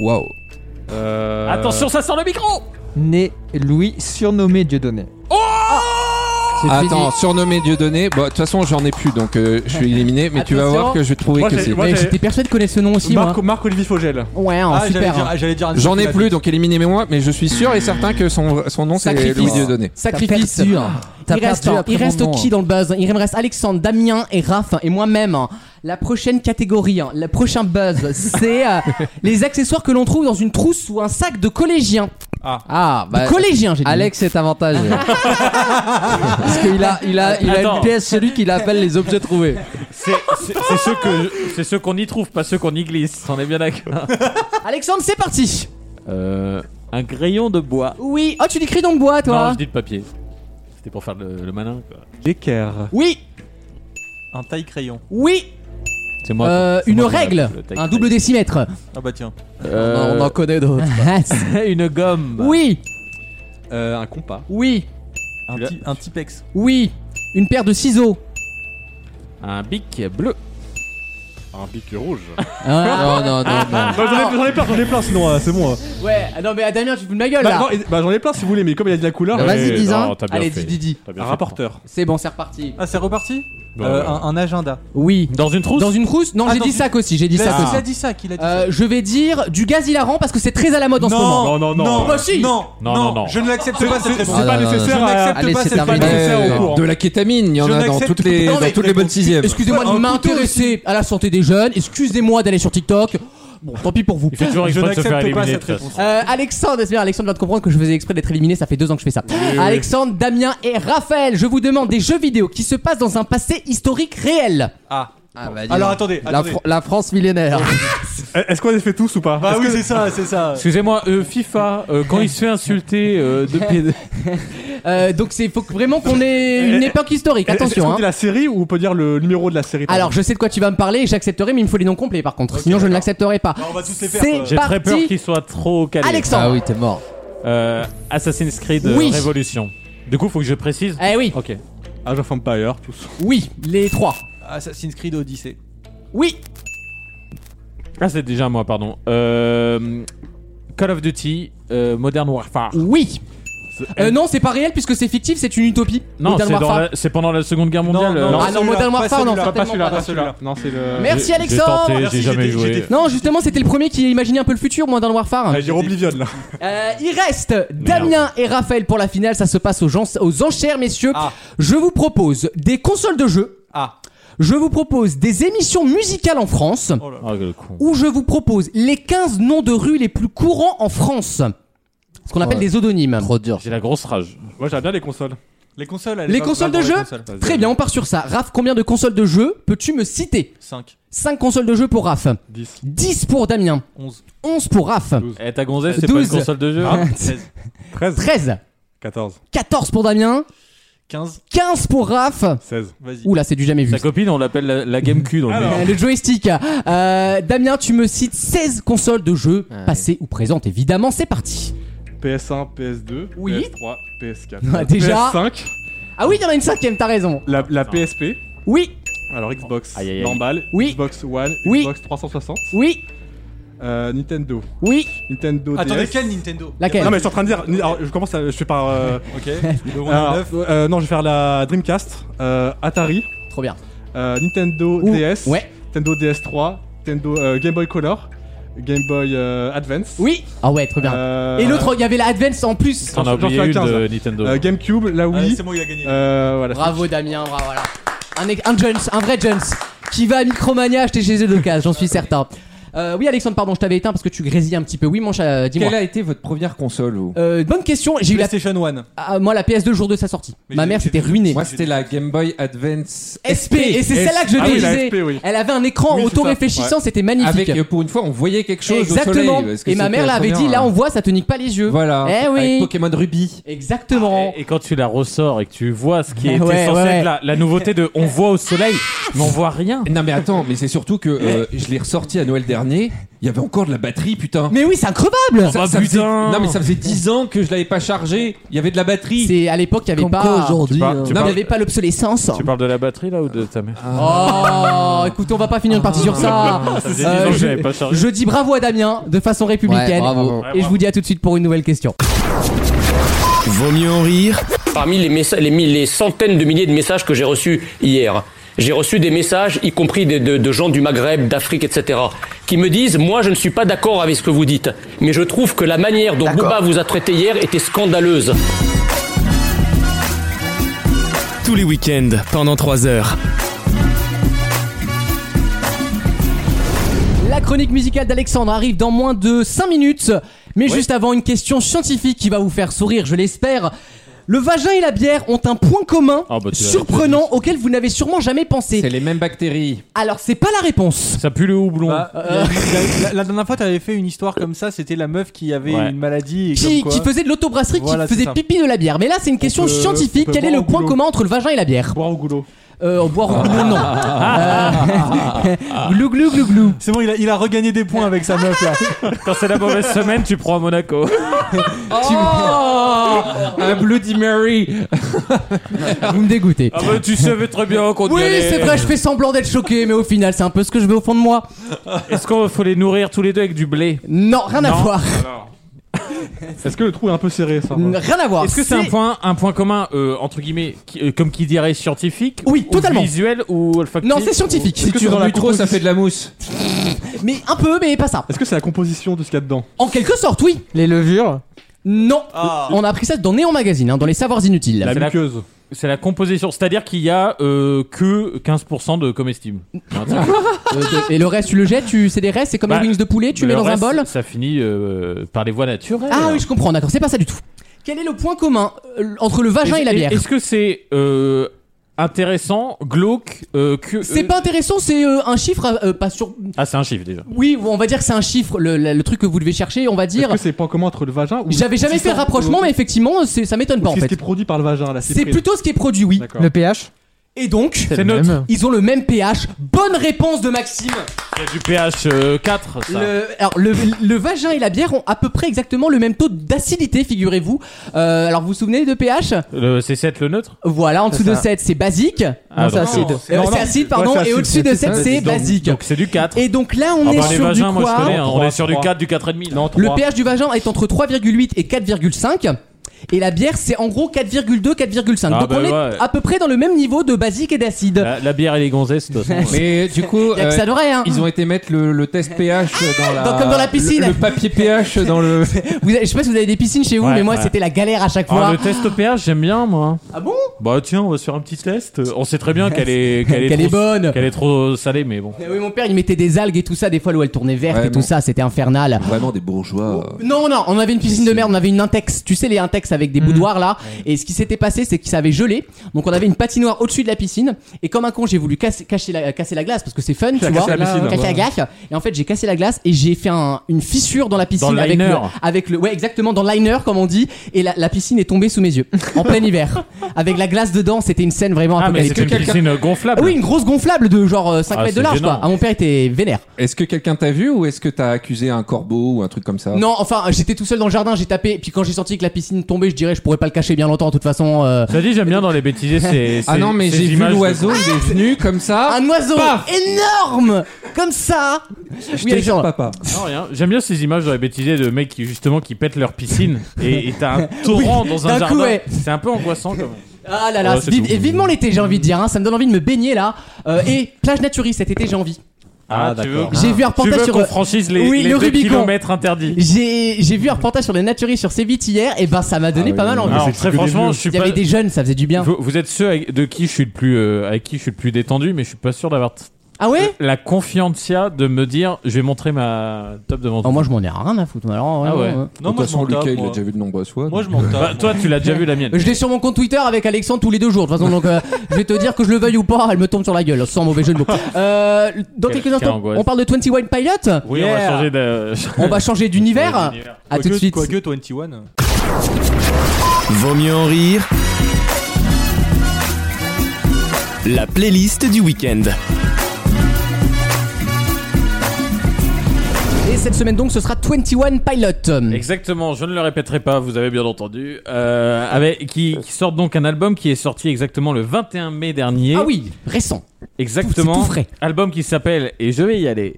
I: Waouh.
E: Euh...
C: Attention, ça sort le micro
F: Né Louis, surnommé Dieudonné.
G: C'est
I: Attends, surnommé Dieudonné. Bon, de toute façon, j'en ai plus, donc euh, je suis éliminé. Mais tu vas
B: Attention.
I: voir que je vais trouver
E: Moi,
I: que
E: j'ai-
I: c'est.
E: moi,
B: Mais
E: j'ai-
B: J'étais persuadé de connaître ce nom aussi,
E: Marc- Marc-Olivier Fogel.
B: moi. Ouais, hein,
K: Ah, j'allais
B: super.
K: dire,
B: hein.
K: j'allais dire un
I: J'en ai
K: Nicolas
I: plus, donc éliminez-moi. Mais je suis sûr et certain que son, son nom c'est
B: Sacrifice.
I: Louis Dieudonné.
B: Sacrifice.
G: T'as perdu, hein. T'as
B: il reste,
G: perdu après
B: il
G: mon
B: reste
G: nom,
B: qui
G: hein.
B: dans le buzz Il me reste Alexandre, Damien et Raph hein, et moi-même. La prochaine catégorie, hein, le prochain buzz, c'est euh, les accessoires que l'on trouve dans une trousse ou un sac de collégien.
G: Ah, bah.
B: de collégien, j'ai dit.
G: Alex est avantagé. Parce qu'il a, il a, il a
C: Attends.
G: une pièce, celui qu'il appelle les objets trouvés.
C: C'est c'est- c'est ceux que- c'est ceux qu'on y trouve, pas ceux qu'on y glisse. On est bien d'accord.
B: Alexandre, c'est parti.
C: Euh, un crayon de bois.
B: Oui. Oh, tu l'écris dans le bois,
C: Non,
B: toi
C: je dis de papier. C'était pour faire le, le malin. quoi.
E: L'équerre.
B: Oui,
K: Larquet. Un taille-crayon.
B: oui.
C: C'est moi.
B: Euh,
C: Oh, c'est
B: une
C: moi qui
B: règle,
C: l'appelle, le taille
B: un double décimètre. Ah,
K: Ah bah tiens.
C: Euh,
G: On en connaît d'autres.
C: une gomme.
B: oui,
E: Euh, un compas.
B: oui,
K: Un,
C: Tu l'as-
K: ti- un Tipex.
B: oui. Une paire de ciseaux.
C: Un bic bleu.
E: Un bic rouge.
B: Hein
G: Ah. Non, non, non, non.
E: j'en, ai, j'en ai plein, j'en ai plein sinon, euh, c'est bon. hein.
B: ouais, ah non mais ah, Damien, tu te fous de ma gueule
E: Bah,
B: là.
E: non, et- bah, j'en ai plein si vous voulez, mais comme il a dit la couleur,
G: Ah,
E: j'ai-
G: vas-y, dis un.
C: non, t'as bien
B: Allez,
C: fait.
B: dis, dis, dis.
C: T'as bien
E: un
C: fait.
E: rapporteur.
B: C'est bon, c'est reparti.
K: Ah, c'est reparti
C: Bah,
K: Euh,
C: ouais.
K: un, un agenda.
B: Oui.
C: Dans une trousse
B: Dans une trousse Non,
K: Ah,
B: j'ai
K: dans
B: dit
K: une-
B: sac aussi, j'ai dit
K: il, a,
B: sac
K: il
B: aussi.
K: a dit ça qu'il a dit
B: Euh, je vais dire du gaz hilarant parce que c'est très à la mode en
K: ça.
B: ce moment.
E: non, non, non.
K: non,
B: Bah, si.
K: non,
C: Non, non, non.
K: je ne l'accepte pas cette
G: Ah,
K: réponse.
E: C'est pas
G: non, non,
E: nécessaire
G: non.
E: à-
G: Allez, c'est
E: pas
G: terminé.
E: nécessaire au
I: Euh,
E: cours.
I: de la kétamine, il y en
K: Je
I: a dans
K: n'accepte
I: toutes les,
K: pas
I: dans
K: les
I: toutes les bonnes
K: réponses.
I: sixièmes.
B: Excusez-moi de
K: Ouais, un
B: m'intéresser à la santé des jeunes, excusez-moi d'aller sur TikTok. Bon, tant pis pour vous.
C: Il fait toujours
K: Je
C: exprès de se faire
K: n'accepte pas
C: éliminer.
K: cette
C: de toute façon.
K: réponse.
B: Euh, Alexandre, espère, Alexandre vient de comprendre que je faisais exprès d'être éliminé, ça fait deux ans que je fais ça. Alexandre, Damien et Raphaël, je vous demande des jeux vidéo qui se passent dans un passé historique réel.
K: Ah,
G: Ah, bah, dis
K: alors
G: donc.
K: attendez,
G: La,
K: attendez.
G: Fr- la France millénaire.
E: Eh, Est-ce qu'on les fait tous ou pas
K: Bah oui, c'est ça, c'est ça.
C: Excusez-moi, euh, FIFA, euh, quand il se fait insulter euh, de pied de-
B: Euh, donc c'est faut que- vraiment qu'on ait une époque historique,
C: Euh,
E: Est-ce- Est-ce
B: attention.
E: qu'on
B: hein.
E: dit la série ou on peut dire le numéro de la série par
B: Alors je sais de quoi tu vas me parler et j'accepterai, mais il me faut les noms complets par contre,
K: Ok,
B: sinon je ne
K: d'accord.
B: l'accepterai pas.
K: Bah, on va tous les faire.
B: C'est
K: quoi.
C: J'ai très peur
B: parti,
C: qu'il soit trop calé.
B: Alexandre.
G: Ah oui, t'es mort.
C: Euh, Assassin's Creed euh,
B: Oui.
C: Révolution. Du coup, faut que je précise.
B: Eh oui,
C: Ok.
E: exemple Age of Empire, tous.
B: oui, les trois.
K: Assassin's Creed Odyssey.
B: Oui,
C: Ah, c'est déjà moi, pardon. Euh, Call of Duty, euh, Modern Warfare.
B: oui. Euh, non, c'est pas réel puisque c'est fictif, c'est une utopie.
C: Non,
B: Modern
C: c'est dans
B: Warfare.
C: la- c'est pendant la Seconde Guerre mondiale.
K: Non,
C: euh,
K: non,
B: Ah
K: Pas
B: non,
K: celui-là,
B: Modern
K: pas
B: Warfare, non,
K: celui-là,
E: Pas
B: certainement
E: celui-là,
B: pas.
E: pas celui-là. Non, c'est le.
B: Merci
C: J'ai tenté,
B: Alexandre.
C: j'ai
K: Merci,
C: jamais
K: j'étais-
C: joué.
K: j'étais-
B: Non, justement, c'était le premier qui imaginait un peu le futur, Modern Warfare.
E: Ah, J'ai Oblivion là.
B: Euh, il reste Damien et Raphaël pour la finale. Ça se passe aux, gens- aux enchères, messieurs.
K: Ah.
B: Je vous propose des consoles de jeux.
K: Ah,
B: Je vous propose des émissions musicales en France.
K: oh là là.
C: Ah, le con.
B: Où je vous propose les 15 noms de rues les plus courants en France. Ce qu'on appelle
G: Ouais.
B: des odonymes.
G: Trop dur.
C: J'ai la grosse rage.
E: Moi j'aime bien les consoles.
K: Les consoles,
B: Les consoles de jeu Très bien, on part sur ça. Raph, combien de consoles de jeux peux-tu me citer
K: 5,
B: 5 consoles de jeu pour Raph.
E: 10.
B: 10 pour Damien.
K: 11,
B: 11 pour Raph.
C: Eh, ta gonzesse, c'est pas une
B: 12.
C: console de jeu hein.
B: Ah,
K: 16,
E: 13.
B: 13.
E: 14.
B: 14 pour Damien.
K: 15,
B: 15 pour Raph.
E: 16.
K: vas-y.
B: Oula, c'est du jamais vu.
C: Sa copine, on l'appelle la, la Game Q dans le
E: Alors.
C: milieu.
B: Euh, le joystick. Euh, Damien, tu me cites 16 consoles de jeux,
G: Ouais.
B: passées ou présentes, évidemment. C'est parti.
E: PS1, PS2,
B: Oui.
E: PS3, PS4.
B: Ouais, déjà.
E: PS5,
B: Ah oui, il y en a une cinquième, t'as raison.
E: la, la PSP.
B: Oui,
E: Alors Xbox
C: Aïe, aïe, aïe.
E: normale,
B: Oui.
E: Xbox One,
B: Oui.
E: Xbox 360,
B: oui,
E: euh, Nintendo.
B: oui.
E: Nintendo
K: Attendez,
E: DS.
K: quelle Nintendo
B: Laquelle
G: Ah,
E: Non mais je suis en train de dire, alors, je commence, à, je fais par. euh,
K: Ok, le
E: alors,
K: 9.
E: euh, non, je vais faire la Dreamcast, euh, Atari,
B: Trop bien.
E: euh, Nintendo
B: Ou-
E: DS,
B: Ouais.
E: Nintendo DS3, Nintendo euh, Game Boy Color, Game Boy euh, Advance.
B: Oui. Ah ouais, trop bien.
E: euh,
B: Et l'autre, il y avait la Advance en plus.
C: T'en as
E: J'en suis
C: oublié
E: à
C: une
E: 15,
C: de Nintendo.
E: euh, GameCube, la Wii.
K: Allez, c'est bon, il a gagné.
E: euh, voilà.
B: Bravo Damien, bravo. Voilà. Un, ex- un Jones, un vrai Jones, qui va à Micromania acheter chez eux l'occasion, j'en suis certain. Euh, oui Alexandre, pardon, je t'avais éteint parce que tu grésilles un petit peu. Oui mon chat, dis-moi.
I: Quelle a été votre première console, vous
B: Euh, bonne question, j'ai eu la...
K: PlayStation 1.
B: ah, moi la PS2 le jour de sa sortie.
K: Mais
B: Ma
K: j'ai-
B: mère
K: j'ai-
B: s'était ruinée.
I: Moi, c'était la Game Boy Advance.
B: SP, et c'est celle-là que je
E: Ah
B: te
E: oui, la
B: disais.
E: SP, oui.
B: Elle avait un écran
E: Oui, c'est ça.
B: auto-réfléchissant, c'était
I: Avec,
B: magnifique.
I: euh, pour une fois, on voyait quelque chose au
B: Exactement.
I: soleil. parce que
B: et ma
I: c'était
B: mère
I: la
B: l'avait dit,
I: première,
B: là on
I: euh,
B: voit, ça te nique pas les yeux.
I: Voilà.
B: Eh oui.
I: Avec Pokémon Ruby.
B: Exactement.
C: Eh, Et, et quand tu la ressors et que tu vois ce qui était
B: Ouais,
C: censé
B: ouais.
C: être la, la nouveauté de on voit au soleil, mais on voit rien.
I: Non mais attends, mais c'est surtout que euh, je l'ai ressorti à Noël dernier, il y avait encore de la batterie putain.
B: Eh. Mais oui, c'est increvable.
I: Ça-
C: Oh,
I: ça
C: putain.
I: faisait- Non mais ça faisait 10 ans que je l'avais pas chargé, il y avait de la batterie.
B: C'est à l'époque, il n'y avait
G: Comme
B: pas.
G: quoi aujourd'hui.
C: parles-
G: euh,
C: Bah, tu
B: Non, Ah. il
C: parles-
B: n'y avait pas l'obsolescence.
C: Tu parles de la batterie là ou de ta mère
B: Oh, écoutez, on va pas finir une partie sur ça.
C: Ça faisait 10
B: Euh,
C: ans que
B: je-
C: j'avais pas chargé.
B: Je dis bravo à Damien de façon
G: Ouais,
B: républicaine.
G: bravo.
B: Et je vous dis à tout de suite pour une nouvelle question.
A: Vaut mieux en rire
L: Parmi les, messa- les, mi- les centaines de milliers de messages que j'ai reçus hier, j'ai reçu des messages, y compris des- de, de gens du Maghreb, d'Afrique, etc., qui me disent Moi, je ne suis pas d'accord avec ce que vous dites, mais je trouve que la manière dont Booba vous a traité hier était scandaleuse.
A: tous les week-ends pendant 3 heures.
B: La chronique musicale d'Alexandre arrive dans moins de 5 minutes. Mais juste avant, une question scientifique qui va vous faire sourire, je l'espère. Le vagin et la bière ont un point commun
C: Ah bah, tu l'as
B: surprenant auquel vous n'avez sûrement jamais pensé.
I: C'est les mêmes bactéries.
B: Alors, c'est pas la réponse.
C: Ça pue le houblon.
K: Bah,
B: euh.
K: il y a eu- la, la- la dernière fois, t'avais fait une histoire comme ça. C'était la meuf qui avait
C: Ouais.
K: une maladie et
B: Qui,
K: comme
B: qui
K: quoi-
B: faisait de l'autobrasserie,
K: Voilà,
B: qui
K: c'est
B: faisait
K: ça.
B: pipi de la bière. Mais là, c'est une question
E: peut-
B: scientifique.
E: on peut
B: Quel est le
E: boire au
B: point
E: goulot.
B: commun entre le vagin et la bière
E: Boire au goulot.
B: euh, Boire au goulot, non. Euh, glou glou glou glou.
K: C'est bon, il a, il a regagné des points avec sa meuf là.
C: Quand c'est la mauvaise semaine, tu prends à Monaco. Oh
I: Un Bloody Mary.
B: Vous me dégoûtez.
C: Ah bah tu savais très bien qu'on
B: Oui,
C: y allait.
B: c'est vrai, je fais semblant d'être choqué, mais au final, c'est un peu ce que je veux au fond de moi.
C: Est-ce qu'on faut les nourrir tous les deux avec du blé
B: Non, rien à
C: Non.
B: voir.
E: Est-ce que le trou est un peu serré ça hein
B: N- Rien à voir.
C: Est-ce que c'est un point, un point commun, euh, entre guillemets, qui- euh, comme qui dirait scientifique
B: Oui,
C: ou
B: totalement.
C: Visuel ou olfactif
B: Non, c'est scientifique.
I: Si tu remues trop, ça fait de la mousse.
B: Mais un peu, mais pas ça.
E: Est-ce que c'est la composition de ce qu'il y a dedans
B: En quelque sorte, oui.
F: Les levures.
B: Non.
K: Ah.
B: On a appris ça dans Néon Magazine, hein, dans les savoirs inutiles.
C: La-
E: La
C: c'est
E: muqueuse.
C: C'est la composition, c'est-à-dire qu'il y a euh, que 15% de comestible. Un truc.
B: Euh, de- et le reste, tu le jettes, tu... c'est des restes, c'est comme
C: Bah,
B: les wings de poulet, tu
C: Le
B: mets dans un
C: reste,
B: bol.
C: Ça finit euh, par les voies naturelles.
B: Ah oui, je comprends, d'accord, c'est pas ça du tout. Quel est le point commun euh, entre le vagin et, la
C: Est-ce-
B: bière
C: Est-ce que c'est euh, intéressant, glauque, euh, que.
B: C'est
C: euh,
B: pas intéressant, c'est euh, un chiffre, euh, pas sur.
C: Ah, c'est un chiffre déjà.
B: Oui, on va dire que c'est un chiffre, le, le- le truc que vous devez chercher, on va
E: Est-ce
B: dire.
E: que c'est pas commun entre le vagin ou
B: J'avais jamais fait le rapprochement, mais effectivement, c'est- ça m'étonne
E: ou
B: pas en
E: ce qui est
B: fait.
E: produit par le vagin là
B: C'est
E: pris.
B: plutôt ce qui est produit, oui.
K: Ah.
E: D'accord.
F: Le pH.
B: Et donc,
C: C'est neutre.
B: ils ont le même pH. Bonne réponse de Maxime.
C: Il y a du pH euh, 4, ça.
B: Le, alors, le, le vagin et la bière ont à peu près exactement le même taux d'acidité, figurez-vous. Euh, alors, vous vous souvenez de pH
C: Le- c'est 7 le neutre
B: Voilà, en dessous de
F: ça.
B: 7, c'est basique.
C: Ah,
F: c'est
C: donc-
F: acide.
B: Euh, C'est acide, pardon.
E: Ouais, c'est
B: et au-dessus de 7, c'est
C: Donc-
B: basique.
C: Donc c'est du 4.
B: et donc là, on
C: Ah
B: est
C: bah, les
B: sur
C: vagins,
B: du
C: moi
B: quoi
C: je connais, hein, on
E: Trois,
C: est sur du
E: trois.
C: 4, du 4,5. là.
E: Non,
B: Le
E: trois.
B: pH du vagin est entre 3,8 et 4,5. Et la bière, c'est en gros 4,2, 4,5.
C: Ah
B: Donc
C: bah
B: on est
C: ouais.
B: à peu près dans le même niveau de basique et d'acide.
C: La, la bière et les gonzesses, de toute façon. ouais.
I: Mais du coup,
B: Y'a que ça
I: euh,
B: d'oreille, hein.
I: ils ont été mettre le, le test pH dans la,
B: ah, Dans- comme dans la piscine.
I: Le, le papier pH dans le.
B: Vous avez- je sais pas si vous avez des piscines chez vous,
C: Ouais,
B: mais moi
C: ouais.
B: c'était la galère à chaque
C: Ah,
B: fois.
C: le test au pH, j'aime bien, moi.
B: Ah bon
C: Bah tiens, on va se faire un petit test. On sait très bien qu'elle est, qu'elle est,
B: Qu'elle est
C: trop-
B: bonne.
C: Qu'elle est trop salée, mais bon.
B: Eh Oui, mon père, il mettait des algues et tout ça. Des fois, l'eau, elle tournait verte
I: Ouais,
B: et tout
I: bon.
B: ça. C'était infernal.
I: Vraiment des bourgeois.
B: Non, non, on avait une piscine de merde, on avait une Intex, tu sais les Intex avec
C: Mm.
B: des boudoirs là, et ce qui s'était passé c'est qu'ils s'avaient gelé, donc on avait une patinoire au-dessus de la piscine, et comme un con j'ai voulu casser, cacher la, casser la glace parce que c'est fun, tu vois,
E: casser la piscine,
B: casser la glace, et en fait j'ai cassé la glace et j'ai fait un- une fissure dans la piscine
C: le
B: avec, le,
C: liner.
B: avec le, ouais exactement, dans le liner comme on dit, et la, la piscine est tombée sous mes yeux, en plein hiver, avec la glace dedans, c'était une scène vraiment
C: Ah, mais
B: apocalyptique.
C: c'est une piscine gonflable.
B: Ah oui, une grosse gonflable de genre euh, 5
C: Ah,
B: mètres de
C: c'est
B: large
C: gênant.
B: quoi, ah, mon père était vénère.
I: Est-ce que quelqu'un t'a vu ou est-ce que t'as accusé un corbeau ou un truc comme ça
B: Non, enfin, j'étais tout seul dans le jardin, j'ai tapé. Puis quand j'ai senti que la piscine tombait, je dirais, je pourrais pas le cacher bien longtemps. De toute façon, euh,
C: Ça dit, j'aime bien dans les bêtisiers, c'est.
I: Ah non, mais j'ai vu l'oiseau, il est venu comme ça.
B: un oiseau
I: Ah, paf
B: énorme, comme ça.
I: Je
B: Oui,
I: te
B: Alexandre.
I: jure, papa.
C: Non, rien. J'aime bien ces images dans les bêtisiers de mecs qui, justement, qui pètent leur piscine et et t'as un torrent dans un
B: d'un coup,
C: jardin.
B: ouais.
C: C'est un peu angoissant, quand même.
B: Ah là là,
C: Ouais, c'est
B: vive-
C: tout.
B: et vivement l'été, j'ai envie de dire. hein, ça me donne envie de me baigner là. Euh, et plage naturiste cet été, j'ai envie.
C: Ah, tu veux.
B: J'ai vu un
C: Tu
B: reportage
C: veux
B: sur. euh,
C: qu'on franchise les,
B: Oui,
C: les
B: le
C: deux
B: Rubicon.
C: kilomètres interdits
B: J'ai j'ai vu un reportage sur les naturistes sur C8 hier. Et ben, ça m'a donné
I: Ah
B: pas
I: oui,
B: mal
I: oui,
B: envie.
C: Alors, très franchement, je suis
B: Il y
C: pas.
B: avait des jeunes, ça faisait du bien.
C: Vous, vous êtes ceux avec- de qui je suis le plus, euh, avec qui je suis le plus détendu, mais je suis pas sûr d'avoir t-
B: Ah ouais
C: la confiantia de me dire je vais montrer ma top devant
B: Oh,
C: toi.
B: moi, je m'en ai rien à foutre. Alors,
C: Ah ouais.
B: vraiment,
I: de
K: Non, moi
I: toute
K: je
I: façon,
K: m'en tape.
I: Lucas, il l'a
K: Moi,
I: déjà vu de nombreuses fois.
K: Moi, je m'en tape.
C: Bah, toi, tu l'as déjà vu la mienne.
B: Je l'ai sur mon compte Twitter avec Alexandre tous les deux jours. De toute façon, donc, euh, je vais te dire que je le veuille ou pas, elle me tombe sur la gueule, sans mauvais jeu de mots. Euh, dans
C: Quelle-
B: quelques
C: quelle
B: instants,
C: angoisse.
B: on parle de 21 Pilot.
C: Oui, on va
K: Yeah.
C: changer de.
B: On va changer d'univers.
C: d'univers.
B: À tout de suite.
K: Quoique 21.
A: Vaut mieux en rire. La playlist du week-end.
B: Et cette semaine donc, ce sera 21 Pilot.
C: Exactement, je ne le répéterai pas, vous avez bien entendu. Euh, avec, qui, qui sort donc un album qui est sorti exactement le 21 mai dernier.
B: Ah oui, récent.
C: exactement.
B: c'est tout frais.
C: Album qui s'appelle, et je vais y aller,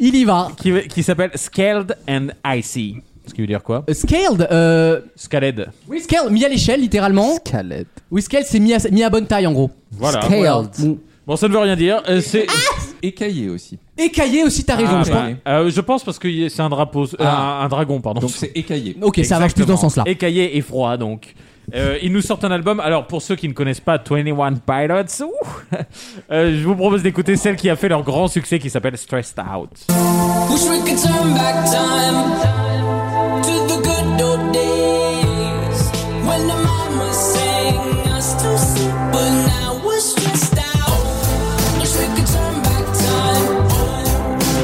B: Il y va.
C: qui, qui s'appelle Scaled and Icy. Ce qui veut dire quoi
B: Euh, Scaled, euh,
C: Scaled.
B: oui, scaled, mis à l'échelle littéralement.
G: Caleb.
B: Oui, scaled, c'est mis à, mis à bonne taille en gros.
C: Voilà.
G: Scaled.
B: Bon.
C: Bon, ça ne veut rien dire. euh, c'est.
I: Écaillé aussi.
B: Écaillé aussi ta raison,
C: Ah,
B: je
C: bah,
B: pense.
C: euh, je pense parce que y- c'est un drapeau, euh,
I: Ah.
C: un, un dragon, pardon.
I: Donc c'est écaillé.
B: Ok, ça marche plus dans ce
C: Exactement.
B: sens-là.
C: Écaillé et froid, donc. Euh, ils nous sortent un album. Alors, pour ceux qui ne connaissent pas 21 Pilots, ouh, euh, je vous propose d'écouter celle qui a fait leur grand succès qui s'appelle Stressed Out.
M: Wish we could turn back time to the good old days when the mama sang us to sleep, but now we're stressed out. Wish we could turn back time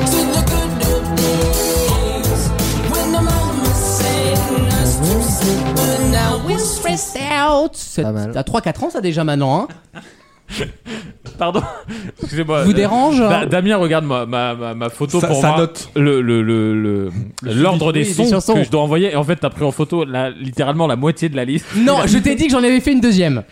M: to the good old days when the mama sang us to sleep, but now we're stressed
B: Eh,
M: out.
B: Out. C'est-
G: Pas mal.
B: oh, T'as 3-4 ans ça déjà maintenant. hein.
C: Pardon, excusez-moi.
B: Vous
C: Euh,
B: dérange hein
C: Da- Damien, regarde ma, ma, ma, ma photo
E: Ça-
C: pour
E: ça
C: voir
E: note.
C: le le- le- le- l'ordre
B: oui,
C: des
B: des
C: sons
B: chansons.
C: que je dois envoyer. Et en fait, t'as pris en photo la- littéralement la moitié de la liste.
B: Non, je t'ai dit que j'en avais fait une deuxième.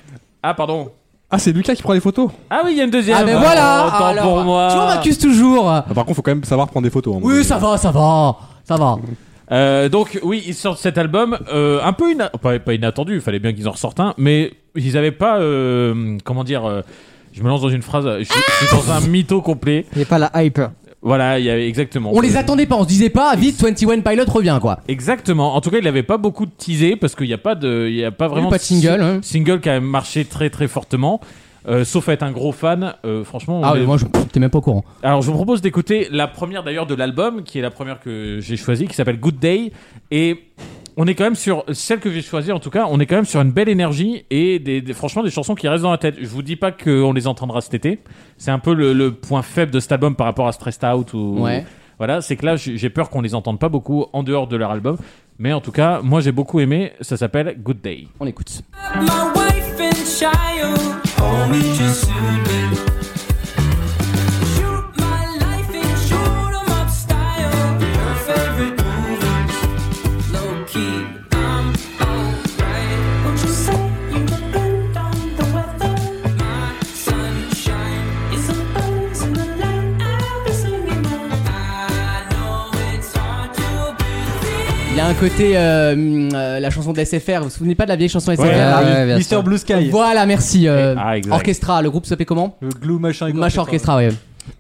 C: Ah, pardon.
E: Ah, c'est Lucas qui prend les photos.
C: Ah oui, il y a une deuxième.
B: Ah ben
C: Oh,
B: voilà
C: Autant
B: alors,
C: pour moi.
B: Tu vois, on m'accuse toujours
E: Ah, par contre, faut quand même savoir prendre des photos. hein, mon
B: Oui, ça
E: avis.
B: va, ça va Ça va
C: Euh, donc oui, ils sortent cet album euh, un peu ina- pas, pas inattendu, il fallait bien qu'ils en ressortent un, mais ils avaient pas euh, comment dire euh, je me lance dans une phrase, je, suis- je suis dans un mytho complet.
F: Il n'y a pas la hype.
C: Voilà, il y avait exactement.
B: On les attendait pas, on se disait pas, vite, 21 Pilot revient quoi
C: Exactement. En tout cas, il avait pas beaucoup de teasé parce qu'il n'y a pas de, il y a pas vraiment
B: pas de single, hein.
C: Single qui a marché très très fortement. Euh, sauf à être un gros fan, euh, franchement.
B: Ah
C: on est-
B: oui, moi je- pff, t'es même pas au courant.
C: Alors, je vous propose d'écouter la première d'ailleurs de l'album, qui est la première que j'ai choisie, qui s'appelle Good Day. Et on est quand même sur celle que j'ai choisie, en tout cas, on est quand même sur une belle énergie et des, des- franchement des chansons qui restent dans la tête. Je vous dis pas qu'on les entendra cet été. C'est un peu le, le point faible de cet album par rapport à Stressed Out ou.
B: Ouais.
C: Voilà, c'est que là, j'ai j'ai peur qu'on les entende pas beaucoup en dehors de leur album. Mais en tout cas, moi j'ai beaucoup aimé. Ça s'appelle Good Day.
B: On écoute.
M: My wife and child, homie, just shoot me. Shoot my life in shoot 'em up style. Your favorite movies, low key. I'm alright. Won't you say you depend on the weather? My sunshine is a rose in the light. I'll be singing. I know it's hard to believe.
B: Il a un côté euh, hum, euh, la chanson de SFR. Vous vous souvenez pas de la vieille chanson SFR
K: Ouais,
E: Ah,
B: là
K: ouais, ouais, bien Mister sûr. Blue Sky.
B: Voilà, merci. euh,
K: Ah, exact.
B: orchestra. Le groupe s'appelait comment
K: Le Glue Machin.
B: Machin Orchestra, ouais.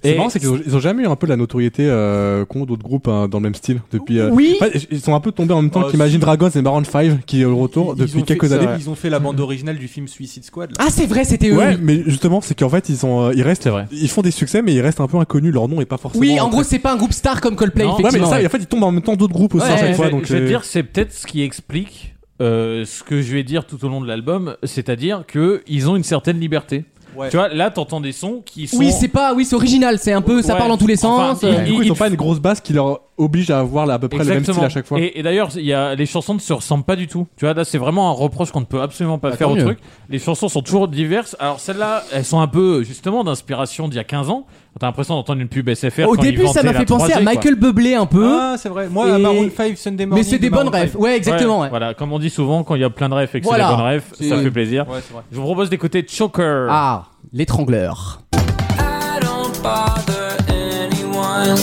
E: C'est
B: Et-
E: marrant, c'est qu'ils ont, ils ont jamais eu un peu la notoriété euh, qu'ont d'autres groupes hein, dans le même style depuis. euh,
B: Oui.
E: enfin, ils sont un peu tombés en même temps
K: Euh,
E: qu'Imagine Dragons et Maroon 5 qui est au retour
K: Ils ont
E: depuis
K: fait-
E: quelques
K: c'est
E: années.
K: vrai, Ils ont fait la bande originale du film Suicide Squad. là.
B: Ah, c'est vrai, c'était eux.
E: Ouais,
B: oui.
E: mais justement, c'est qu'en fait, ils sont, euh, ils restent, ils font des succès, mais ils restent un peu inconnus. Leur nom est pas forcément.
B: Oui, en gros,
E: très-
B: c'est pas un groupe star comme Coldplay,
E: Non. Ouais, mais
B: effectivement.
E: ça,
B: ouais.
E: et en fait, ils tombent en même temps d'autres groupes aussi
B: Ouais,
E: à chaque
B: ouais.
E: fois.
B: Ouais,
E: donc,
C: je vais te
E: euh,
C: dire, c'est peut-être ce qui explique euh, ce que je vais dire tout au long de l'album, c'est-à-dire que ils ont une certaine liberté. Tu vois, là, t'entends des sons qui sont.
B: Oui, c'est pas, oui, c'est original. C'est un peu, ça
C: Ouais.
B: parle en tous les
C: Enfin,
B: sens.
C: ils-
B: euh.
E: du coup, ils ont pas une grosse base qui leur oblige à avoir là, à peu près le même style à chaque fois.
C: Et, et d'ailleurs, il y a, les chansons ne se ressemblent pas du tout. Tu vois, là, c'est vraiment un reproche qu'on ne peut absolument pas
B: Bah,
C: faire
B: tant
C: au
B: mieux.
C: truc. Les chansons sont toujours diverses. Alors, celles-là, elles sont un peu, justement, d'inspiration d'il y a 15 ans. T'as l'impression d'entendre une pub SFR.
B: Au
C: quand ils
B: début, ça
C: vantaient
B: m'a
C: la
B: fait penser à
C: 3D, quoi.
B: Michael Bublé un peu.
K: Ah, c'est vrai. Moi, à
B: Et-
K: Maroon 5,
B: Mais
K: Sunday Morning.
B: c'est
K: de
B: des bonnes
K: Maroon
B: refs.
K: five.
B: Ouais, exactement. ouais.
C: Voilà, comme on dit souvent, quand il y a plein de refs et que
B: Voilà.
C: c'est des bonnes refs,
B: C'est-
C: ça fait plaisir.
K: Ouais, c'est vrai.
C: Je vous propose d'écouter Choker.
B: Ah, l'étrangleur.
M: don't bother anyone.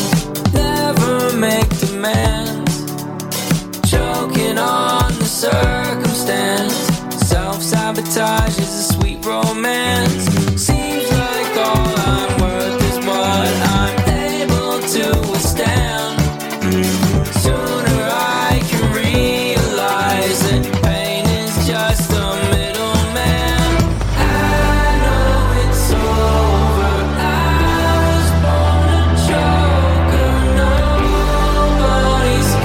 M: Never make demands. Choking on the circumstance. Self sabotage is a sweet romance. Seems like all I'm worth is what I'm able to withstand. Sooner I can realize that pain is just a middleman. I know it's over. I was born a choker. Nobody's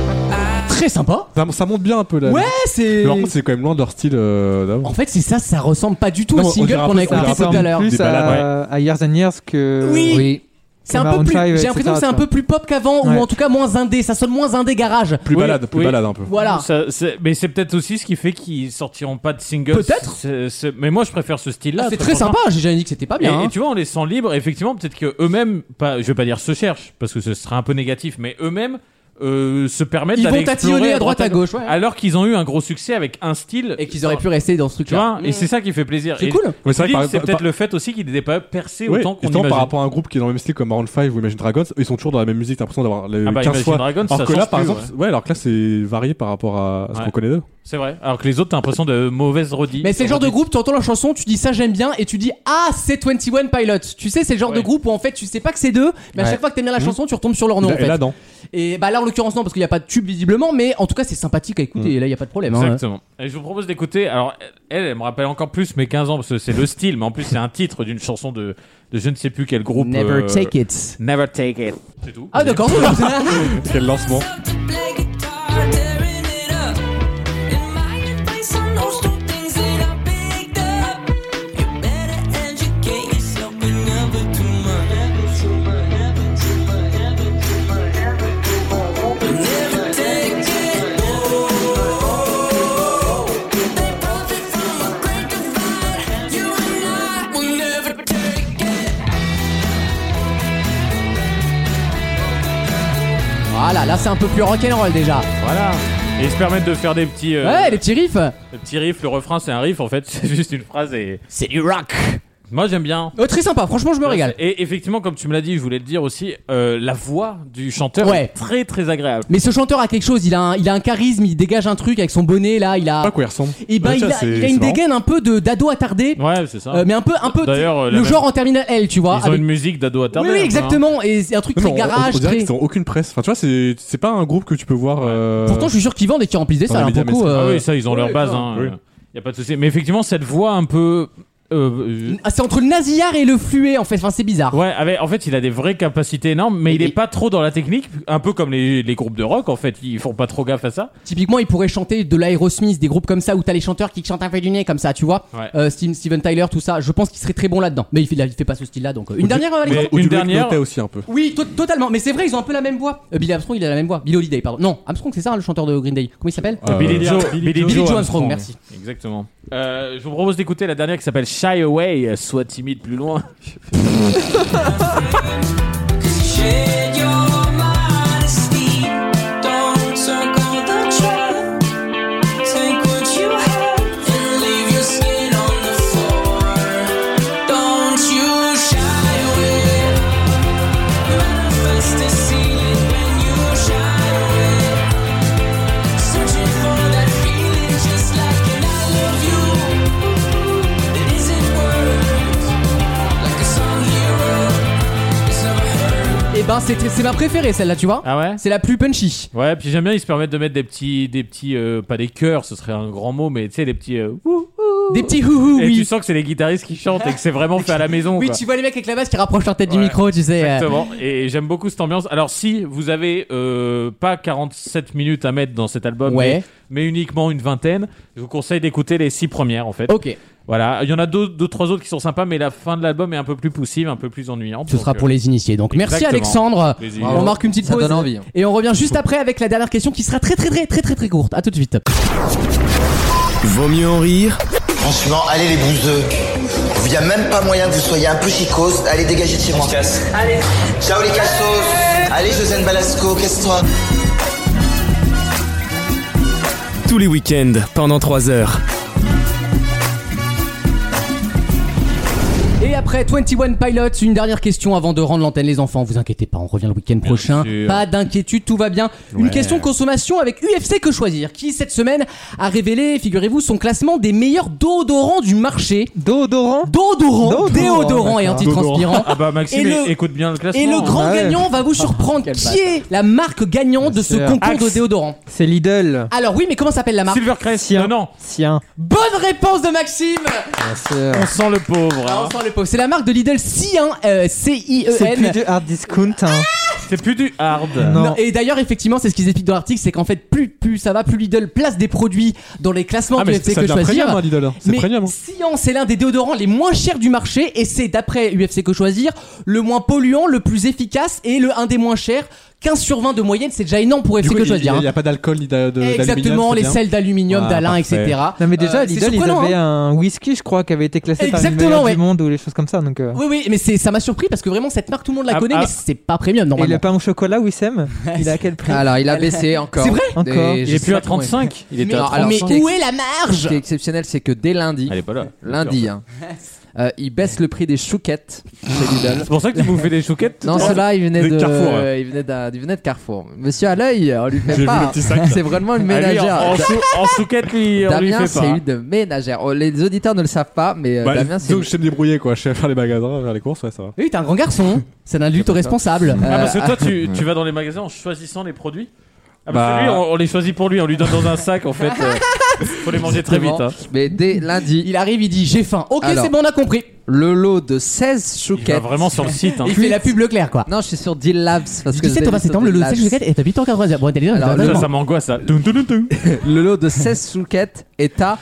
M: coming for
B: Très sympa.
E: Ça, ça monte bien un peu là.
B: Ouais, c'est.
E: Mais par contre, c'est quand même loin de leur style euh, d'avant.
B: En fait, c'est ça, ça ressemble pas du tout
E: Non,
B: au
E: on
B: single
E: dirait un
B: qu'on
E: peu-
B: a
E: on dirait
B: écouté
E: un peu
B: tout à l'heure.
E: plus
F: Plus
E: Des
F: à,
E: balades,
F: à Years and Years que.
B: Oui. C'est un peu
F: Maroon
B: plus.
F: five,
B: J'ai
F: etc.,
B: l'impression que c'est
F: tu
B: un
F: vois.
B: peu plus pop qu'avant,
F: Ouais.
B: ou en tout cas moins indé. Ça sonne moins indé garage. Ah,
E: Plus
C: Oui,
E: balade, plus
C: oui.
E: balade un peu.
B: Voilà.
C: Ça- c'est- mais c'est peut-être aussi ce qui fait qu'ils sortiront pas de single.
B: Peut-être.
C: C'est- c'est- Mais moi, je préfère ce style-là.
B: Ah, c'est très
C: franchement.
B: sympa. J'ai jamais dit que c'était pas
C: Et,
B: bien.
C: et
B: hein.
C: tu vois, on les sent libres. Effectivement, peut-être que eux-mêmes, pas, je vais pas dire se cherchent, parce que ce serait un peu négatif, mais eux-mêmes euh, se permettent
B: Ils
C: d'aller
B: vont tatillonner
C: explorer
B: à droite, à gauche, ouais.
C: alors qu'ils ont eu un gros succès avec un style.
B: Et qu'ils auraient pu rester dans ce
C: Tu vois,
B: truc-là.
C: et c'est ça qui fait plaisir.
B: C'est
C: Et
B: cool.
E: Mais c'est vrai que
C: Philippe,
E: par-
C: c'est
E: par-
C: peut-être
E: par-
C: le fait aussi qu'ils n'étaient pas percés
E: Oui,
C: autant qu'on
E: justement,
C: imagine.
E: par rapport à un groupe qui est dans le même style comme Maroon 5 ou Imagine Dragons, ils sont toujours dans la même musique, t'as l'impression d'avoir les
C: Ah bah,
E: 15
C: Imagine
E: fois.
C: Dragons,
E: alors
C: ça
E: que là,
C: change
E: par
C: plus,
E: exemple, ouais. alors que là, c'est varié par rapport à ce
C: Ouais.
E: qu'on connaît d'eux.
C: C'est vrai. Alors que les autres, t'as l'impression de mauvaises redites.
B: Mais c'est le genre de groupe, tu entends la chanson, tu dis ça j'aime bien et tu dis ah c'est 21 Pilots. Tu sais, c'est le genre de
C: Ouais.
B: groupe où en fait tu sais pas que c'est deux, mais à
E: Ouais.
B: chaque fois que t'aimes bien la chanson, tu retombes sur leur nom.
E: et
B: en fait.
E: là, non.
B: Et bah là en l'occurrence non parce qu'il y a pas de tube visiblement, mais en tout cas c'est sympathique à écouter. Et là il y a pas de problème. hein.
C: Exactement. Et je vous propose d'écouter. Alors, elle, elle me rappelle encore plus mes 15 ans parce que c'est le style, mais en plus, c'est un titre d'une chanson de, de je ne sais plus quel groupe.
B: Never
C: euh,
B: take it.
C: Never take it. C'est tout.
B: Ah d'accord.
E: Quel lancement.
B: Voilà, là c'est un peu plus rock'n'roll déjà.
C: Voilà. Et ils se permettent de faire des petits, euh,
B: Ouais, les petits riffs.
C: des petits riffs. Le refrain, c'est un riff en fait. C'est juste une phrase et.
B: C'est du rock.
C: Moi, j'aime bien.
B: Oh, très sympa, franchement je me régale.
C: Et effectivement, comme tu me l'as dit, je voulais te dire aussi, euh, la voix du chanteur
B: Ouais.
C: est très très agréable.
B: Mais ce chanteur a quelque chose, il a un, il a un charisme, il dégage un truc avec son bonnet là, il
E: Pas à
B: a.
E: quoi ils ressemblent.
B: Et ben
E: Ouais,
B: il
E: ça,
B: a,
E: c'est-
B: il a
E: c'est
B: une
E: marrant.
B: dégaine un peu de d'ado attardé.
C: Ouais, c'est ça.
B: Euh, mais un peu, un peu
C: D'ailleurs, euh,
B: le
C: la
B: genre
C: même-
B: en terminale L, tu vois.
C: Ils ont
B: avec-
C: une musique d'ado attardé.
B: Oui, oui,
C: hein.
B: exactement. Et c'est un truc
E: Non,
B: très
E: mais on-
B: garage.
E: on, dirait
B: très-
E: qu'ils ont aucune presse. Enfin, tu vois, c'est c'est pas un groupe que tu peux voir. euh,
B: Pourtant, je suis sûr qu'ils vendent et qu'ils remplissent des
E: dans
B: salles.
E: les
B: hein,
E: médias,
B: beaucoup,
E: mais
C: Ah
B: euh,
C: oui, ça, ils ont leur base. hein.
E: oui.
C: Y a pas de souci. Mais effectivement, cette voix un peu. euh,
B: ah, c'est entre le nasillard et le fluet en fait. Enfin, c'est bizarre.
C: euh, ouais, avec- en fait, il a des vraies capacités énormes, mais il est pas trop dans la technique, un peu comme les, les groupes de rock, en fait, ils font pas trop gaffe à ça.
B: Typiquement, ils pourraient chanter de l'Aerosmith, des groupes comme ça où t'as les chanteurs qui chantent un peu du nez comme ça, tu vois.
C: Ouais.
B: Euh, Steven, Steven Tyler, tout ça. Je pense qu'il serait très bon là-dedans. Mais il fait, il fait pas ce style-là, donc. euh, Une dernière, euh, Alexandre
E: Ou
C: Une
E: du Blake
C: dernière-
E: Notet aussi un peu.
B: Oui, to- totalement. Mais c'est vrai, ils ont un peu la même voix. Euh, Billy Armstrong, il a la même voix. Billy Holiday, pardon. Non, Armstrong, c'est ça, hein, le chanteur de Green Day. Comment il s'appelle
E: Euh,
C: Billy Joe,
B: Billy Joe Armstrong, merci.
C: Exactement. Euh, je vous propose d'écouter la dernière qui s'appelle Shy Away, euh, sois timide plus loin.
M: Shed your modesty. Don't circle the track. Take what you have and leave your skin on the floor. Don't you shy away. Manifest a ceiling.
B: hein. C'est c'est ma préférée celle-là, tu vois.
C: Ah ouais
B: C'est la plus punchy.
C: Ouais, puis j'aime bien, ils se permettent de mettre des petits, des petits euh, pas des chœurs, ce serait un grand mot, mais tu sais, des petits. euh, ouh, ouh.
B: Des petits houhou,
C: Et
B: oui.
C: tu sens que c'est les guitaristes qui chantent et que c'est vraiment fait à la maison.
B: Oui,
C: quoi.
B: tu vois les mecs avec la basse qui rapprochent leur tête du micro, tu sais. euh.
C: Exactement. Et j'aime beaucoup cette ambiance. Alors, si vous avez euh, pas 47 minutes à mettre dans cet album,
B: Ouais.
C: mais, mais uniquement une vingtaine, je vous conseille d'écouter les six premières en fait.
B: Ok.
C: Voilà. Il y en a deux, deux, trois autres qui sont sympas, mais la fin de l'album est un peu plus poussive, un peu plus ennuyante. euh,
B: Ce sera pour les initiés. Donc merci
C: Exactement.
B: Alexandre.
C: Plaisir.
B: On marque une petite
C: Ça
B: pause.
C: donne envie, hein.
B: Et on revient juste après avec la dernière question qui sera très très très très très très courte. À tout de suite.
A: Vaut mieux en rire
N: Franchement, allez les bouseux. Il n'y a même pas moyen que vous soyez un peu chicos. Allez, dégagez de chez moi. Allez. Ciao les cassos. Allez, Josiane Balasco, casse-toi.
A: tous les week-ends pendant 3 heures.
B: Et après 21 Pilots, une dernière question avant de rendre l'antenne les enfants. Vous inquiétez pas, on revient le week-end prochain.
C: sûr.
B: Pas d'inquiétude, tout va bien. Une
C: Ouais.
B: question consommation avec UFC que choisir, qui cette semaine a révélé, figurez-vous, son classement des meilleurs déodorants du marché.
F: Déodorant Déodorant,
B: Déodorant, déodorant et
F: d'accord.
B: antitranspirant.
C: Ah bah Maxime,
B: Et le-
C: écoute bien le classement.
B: Et le grand
F: Ah ouais.
B: gagnant va vous surprendre.
F: Quel
B: qui
F: bâtard.
B: est la marque gagnante de ce
F: sûr.
B: concours de
F: Axe.
B: déodorant
F: C'est Lidl.
B: Alors oui, mais comment s'appelle la marque
C: Silvercrest.
F: Sien.
C: Non, non.
F: Sien.
B: Bonne réponse de Maxime
F: Ah.
C: On sent le pauvre.
B: Ah,
C: hein.
B: on sent le pauvre. C'est la marque de Lidl Cien, euh,
F: C'est plus
B: C-I-E-N.
F: du hard discount. hein.
C: C'est plus du hard.
F: Non.
B: Non, Et d'ailleurs, effectivement, c'est ce qu'ils expliquent dans l'article, c'est qu'en fait, plus, plus ça va, plus Lidl place des produits dans les classements
E: Ah,
B: du
E: mais
B: UFC
E: ça
B: que
E: devient
B: choisir.
E: premium, hein, Lidl, hein. C'est
B: Mais
E: premium, hein.
B: Scian, c'est l'un des déodorants les moins chers du marché et c'est d'après UFC que choisir le moins polluant, le plus efficace et le un des moins chers. 15 sur 20 de moyenne, c'est déjà énorme pour
E: Du
B: UFC
E: coup,
B: que
E: il- il y
B: choisir.
E: a-
B: hein.
E: il y a pas d'alcool ni d'a- de- d'aluminium.
B: Exactement,
E: c'est
B: les
E: bien.
B: sels d'aluminium,
E: Ah,
B: d'Alain,
E: parfait.
B: etc.
F: Non mais déjà
B: Euh, c'est
F: Lidl ils
B: surprenant,
F: avaient
B: hein.
F: un whisky je crois qui avait été classé
B: Exactement,
F: parmi les meilleurs
B: ouais.
F: du monde ou les choses comme ça donc. euh.
B: Oui, oui, mais c'est- ça m'a surpris parce que vraiment, cette marque, tout le monde la
C: Ah,
B: connaît,
C: ah.
B: mais c'est pas premium
F: Et le
B: normalement.
F: pain au chocolat Wissem il est à quel prix
G: Alors, il a baissé encore.
B: C'est vrai
F: Encore.
G: Et
C: Il
G: je
C: est
G: sais
C: plus à
G: pas comment il fait.
C: 35. Il
B: Mais,
C: était à 30.
G: alors,
B: mais
G: c'est-
B: où est la
G: Ce qui est
B: marge
G: exceptionnel, c'est que dès lundi,
C: Elle est pas là.
G: lundi, hein, euh, il baisse le prix des chouquettes chez Lidl.
C: C'est pour ça que tu bouffais des chouquettes
G: Non, ceux-là, il venait
C: Des
G: de,
C: Carrefour, hein.
G: il venait d'un- il venait de Carrefour. Monsieur à l'œil, on lui
C: J'ai
G: fait
C: vu
G: pas.
C: le petit sac, là.
G: C'est vraiment une
C: Ah, lui, en-
G: ménagère.
C: en, sou- en souquette, lui, on lui
G: Damien,
C: fait
G: c'est
C: pas.
G: une ménagère. Oh, les auditeurs ne le savent pas, mais euh,
E: Bah,
G: Damien, c'est.
E: donc je sais me débrouiller quoi, je sais faire les magasins, faire les courses, ouais ça va.
B: Oui, t'es un grand garçon. hein. C'est un adulte responsable.
C: Ah, parce que
G: Euh,
C: toi, tu, tu vas dans les magasins en choisissant les produits ah, parce
D: Bah.
C: que lui, on, on les choisit pour lui, on lui donne dans un sac en fait. euh, faut les manger très vite.
G: Exactement.
C: hein.
G: Mais dès lundi,
B: Il arrive, il dit j'ai
E: Ah,
B: faim. Ok,
G: Alors.
B: c'est bon, on a compris.
G: le lot de 16
C: Il va
G: chouquettes.
C: vraiment sur le site. hein.
B: Il fait la pub Leclerc quoi.
G: Non, je suis sur Deal Labs. Parce
B: Du
G: que
B: 17 au 20 septembre, le lot de 16
G: chouquettes
B: chouquettes est à 8h43. Bon, t'es
G: Alors,
C: Ça,
G: vraiment.
C: ça m'angoisse ça. Toum, toum, toum, toum.
G: le lot de 16 chouquettes est à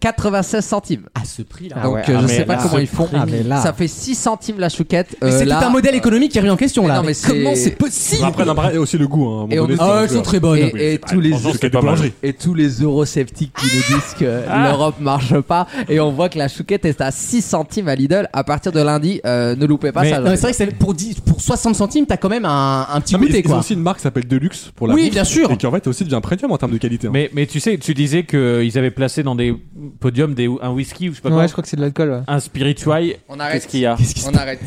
G: 96 centimes.
B: À ce prix là.
F: Ah
G: Donc
F: ouais,
G: euh,
F: ah
G: je
C: mais
G: sais pas
C: là,
G: comment
C: ce
G: ils font.
F: prix. Ah, mais là.
G: Ça fait 6 centimes la chouquette. euh,
B: C'est tout
G: là.
B: un modèle économique qui est remis en question
G: Mais
B: là.
G: non, mais
B: Mais
G: c'est-
B: comment c'est possible
E: Après l'appareil et aussi le goût hein, à un moment
G: Et on
E: donné,
G: est-
E: c'est
B: Ah,
E: un
B: elles
E: peu-
B: sont très bonnes.
G: Et, et tous les
C: franchement, c'était
E: de
C: pas mal.
E: boulangerie.
G: et tous les eurosceptiques qui nous disent que
B: Ah.
G: l'Europe marche pas et on voit que la chouquette est à 6 centimes à Lidl à partir de lundi euh, ne loupez pas
C: Mais-
G: ça
B: Non, mais c'est vrai que c'est- pour, 10 pour 60 centimes, t'as quand même un, un petit
E: Ah, mais
B: goûter
E: ils ont
B: quoi.
E: aussi une marque qui s'appelle Deluxe pour la
B: Oui,
E: bouffe,
B: bien sûr.
E: Et qui en fait aussi devient premium en termes de qualité. hein.
C: Mais, mais tu sais, tu disais qu'ils avaient placé dans des podiums des, un whisky ou je sais pas quoi,
F: Ouais je crois que c'est de l'alcool ouais.
C: un spiritual.
G: on
C: Qu'est-ce
G: arrête
C: qu'il y a
B: Qu'est-ce qui se
G: on arrête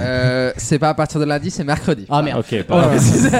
G: Euh, c'est pas à partir de lundi c'est mercredi
B: Ah merde.
C: Ok, pardon.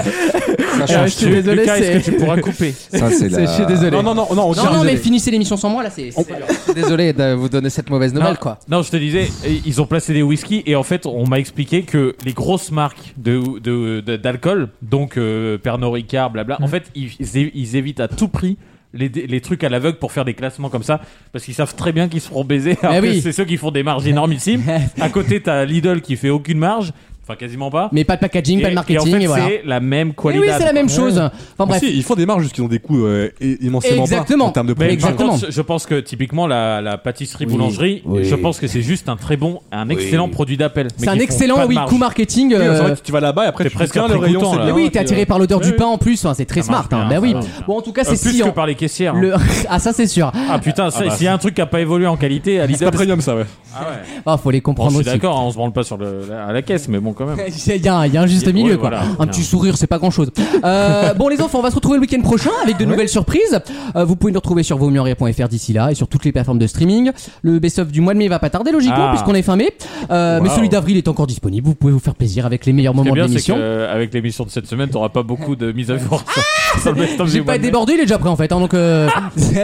I: Ça
G: Euh,
I: change.
G: je suis désolé,
C: Lucas,
G: c'est-
C: est-ce que tu pourras couper
I: Ça, c'est la-
G: je suis désolé
E: Non, non, non, non, on
B: Non,
E: tient-
B: non, mais finissez l'émission sans moi là, c'est. c'est-
G: je suis désolé de vous donner cette mauvaise nouvelle
C: non,
G: quoi
C: non, je te disais, ils ont placé des whisky et en fait, on m'a expliqué que les grosses marques de, de- de- d'alcool, donc euh, Pernod Ricard, blabla,
B: Mm.
C: en fait, ils, ils évitent à tout prix. Les, les trucs à l'aveugle pour faire des classements comme ça parce qu'ils savent très bien qu'ils se feront baiser alors
B: Eh
C: que
B: oui.
C: c'est ceux qui font des marges énormissimes à côté t'as Lidl qui fait aucune marge enfin quasiment pas
B: Mais pas de packaging, pas de marketing,
C: en fait,
B: et voilà.
C: c'est la même
B: Et
C: qualité
B: oui, c'est la même chose. Enfin bref.
E: Si, ils font des marges jusqu'ils ont des coûts euh, é- immensément
B: Exactement.
E: bas en termes de
C: Mais
E: production.
B: Exactement.
C: par contre, je pense que typiquement la, la pâtisserie boulangerie, je pense que c'est juste un très bon, un excellent produit d'appel. mais
B: C'est un
C: qui font pas
B: excellent
C: de
B: oui,
C: marge.
B: coup marketing.
E: Oui,
B: euh,
E: c'est vrai que tu vas là-bas et après
C: T'es
E: tu
C: presque
E: tiens,
C: un
E: le
C: prix
E: rayon
C: coûtant,
E: c'est
C: là.
B: Mais
E: bien,
B: oui,
E: et
B: t'es
E: puis,
B: attiré
E: euh,
B: par l'odeur
C: oui,
B: du
C: oui.
B: pain en plus, enfin, c'est très
C: Ça marche
B: smart. hein.
C: bien,
B: Bah oui.
C: ça marche
B: Bon, en tout cas,
C: Euh,
B: c'est
C: plus
B: si.
C: que par les caissières. hein.
B: Le... Ah, ça, c'est sûr.
C: Ah putain, ça- s'il y a un truc qui a pas évolué en qualité, à
E: C'est
C: Lidl,
E: pas premium ça ouais.
C: Ah ouais.
B: Ah, faut les
C: Bon, je
B: comprendre
C: suis
B: aussi.
C: d'accord, hein, on se branle pas sur le, la- à la caisse, mais bon quand même.
B: Il y, a un- il y a un juste
C: Ouais,
B: milieu, quoi.
C: voilà.
B: un petit sourire, c'est pas grand chose. bon, les enfants, on va se retrouver le week-end prochain avec de nouvelles surprises. Euh, vous pouvez nous retrouver sur vosmieuxenrire.fr d'ici là et sur toutes les plateformes de streaming. Le best-of du mois de mai va pas tarder, logiquement,
C: Ah.
B: puisqu'on est fin mai. Euh, Mais
C: Wow.
B: celui d'avril est encore disponible. Vous pouvez vous faire plaisir avec les meilleurs
C: Ce qui est
B: moments
C: bien,
B: de
C: c'est
B: l'émission. Ah,
C: qu'avec l'émission de cette semaine, t'auras pas beaucoup de mise à jour sur- sur le best-of
B: J'ai
C: du
B: pas
C: mois de mai.
B: débordé, il est déjà prêt en fait. hein, donc, euh...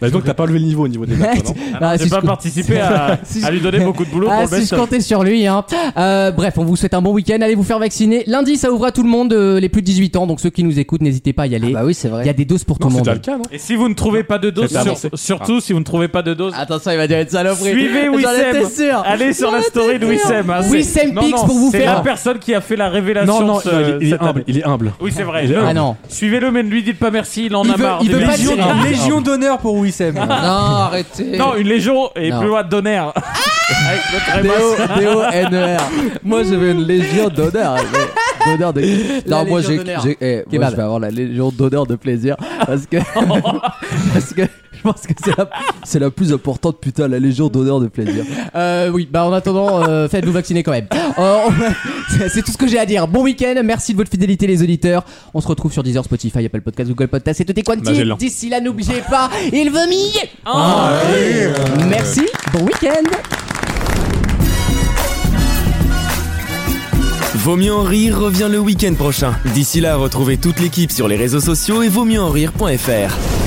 E: Bah, donc t'as pas levé le niveau au niveau des marques. non
B: Ah,
C: J'ai
B: si
C: pas
B: je-
C: participé à,
B: Si je-
C: à lui donner beaucoup de boulot
B: Ah,
C: pour le
B: si je
C: best-of.
B: comptais sur lui, hein. Euh, bref, on vous souhaite un un bon week-end. Allez vous faire vacciner. Lundi, ça ouvre à tout le monde, euh, les plus de 18 ans. Donc ceux qui nous écoutent, n'hésitez pas à y aller. bah oui, c'est vrai. Il y a des doses pour tout le monde.
C: Et si vous ne trouvez pas de dose,
B: C'est
C: sur-
B: avancé.
C: surtout si vous ne trouvez pas de dose.
B: Attention, il va dire une saloperie.
C: Suivez
B: J'en
C: Wissem.
B: étais sûr.
C: Allez sur
B: J'en
C: la
B: étais
C: story de
B: sûr.
C: Wissem. hein, c'est-
B: Wissem
C: Non,
B: Pix
C: non,
B: pour vous
C: C'est
B: faire-
C: la personne qui a fait la révélation.
E: Non, non,
C: ce-
E: non, il est- il est
C: cette
E: humble,
C: année.
E: il est humble.
C: Oui, c'est vrai.
E: Il est
C: Non,
G: Ah
E: humble.
C: non. Suivez-le, mais ne lui dites pas merci. Il en
K: Il
C: a
K: veut-
C: marre.
K: il
C: des
K: veut pas
C: légions-
K: dire
C: Ah,
K: humble.
C: légion
K: d'honneur pour Wissem.
C: Non,
G: arrêtez.
C: Non, une légion et
G: Non.
C: plus loin hein. d'honneur. Avec notre
G: D-O-
C: Amos.
G: D-O-N-E-R. E Moi, je veux une légion d'honneur. mais- D'honneur de.
B: La
G: Non, moi,
B: légion
G: j'ai-
B: d'honneur.
G: j'ai- eh, moi,
B: Kebab.
G: je vais avoir la légion d'honneur de plaisir. Parce que. parce que je pense que c'est la... c'est la plus importante, putain, la légion d'honneur de plaisir.
B: Euh, oui, bah en attendant, euh, faites-vous vacciner quand même. Euh, on- c'est- c'est tout ce que j'ai à dire. Bon week-end, merci de votre fidélité, les auditeurs. On se retrouve sur Deezer, Spotify, Apple Podcast, Google Podcast et tout est quanti.
M: Magellan.
B: D'ici là, n'oubliez pas, il veut mille. Merci, bon week-end.
A: Vaut mieux en rire revient le week-end prochain. D'ici là, retrouvez toute l'équipe sur les réseaux sociaux et vaut mieux en rire.fr.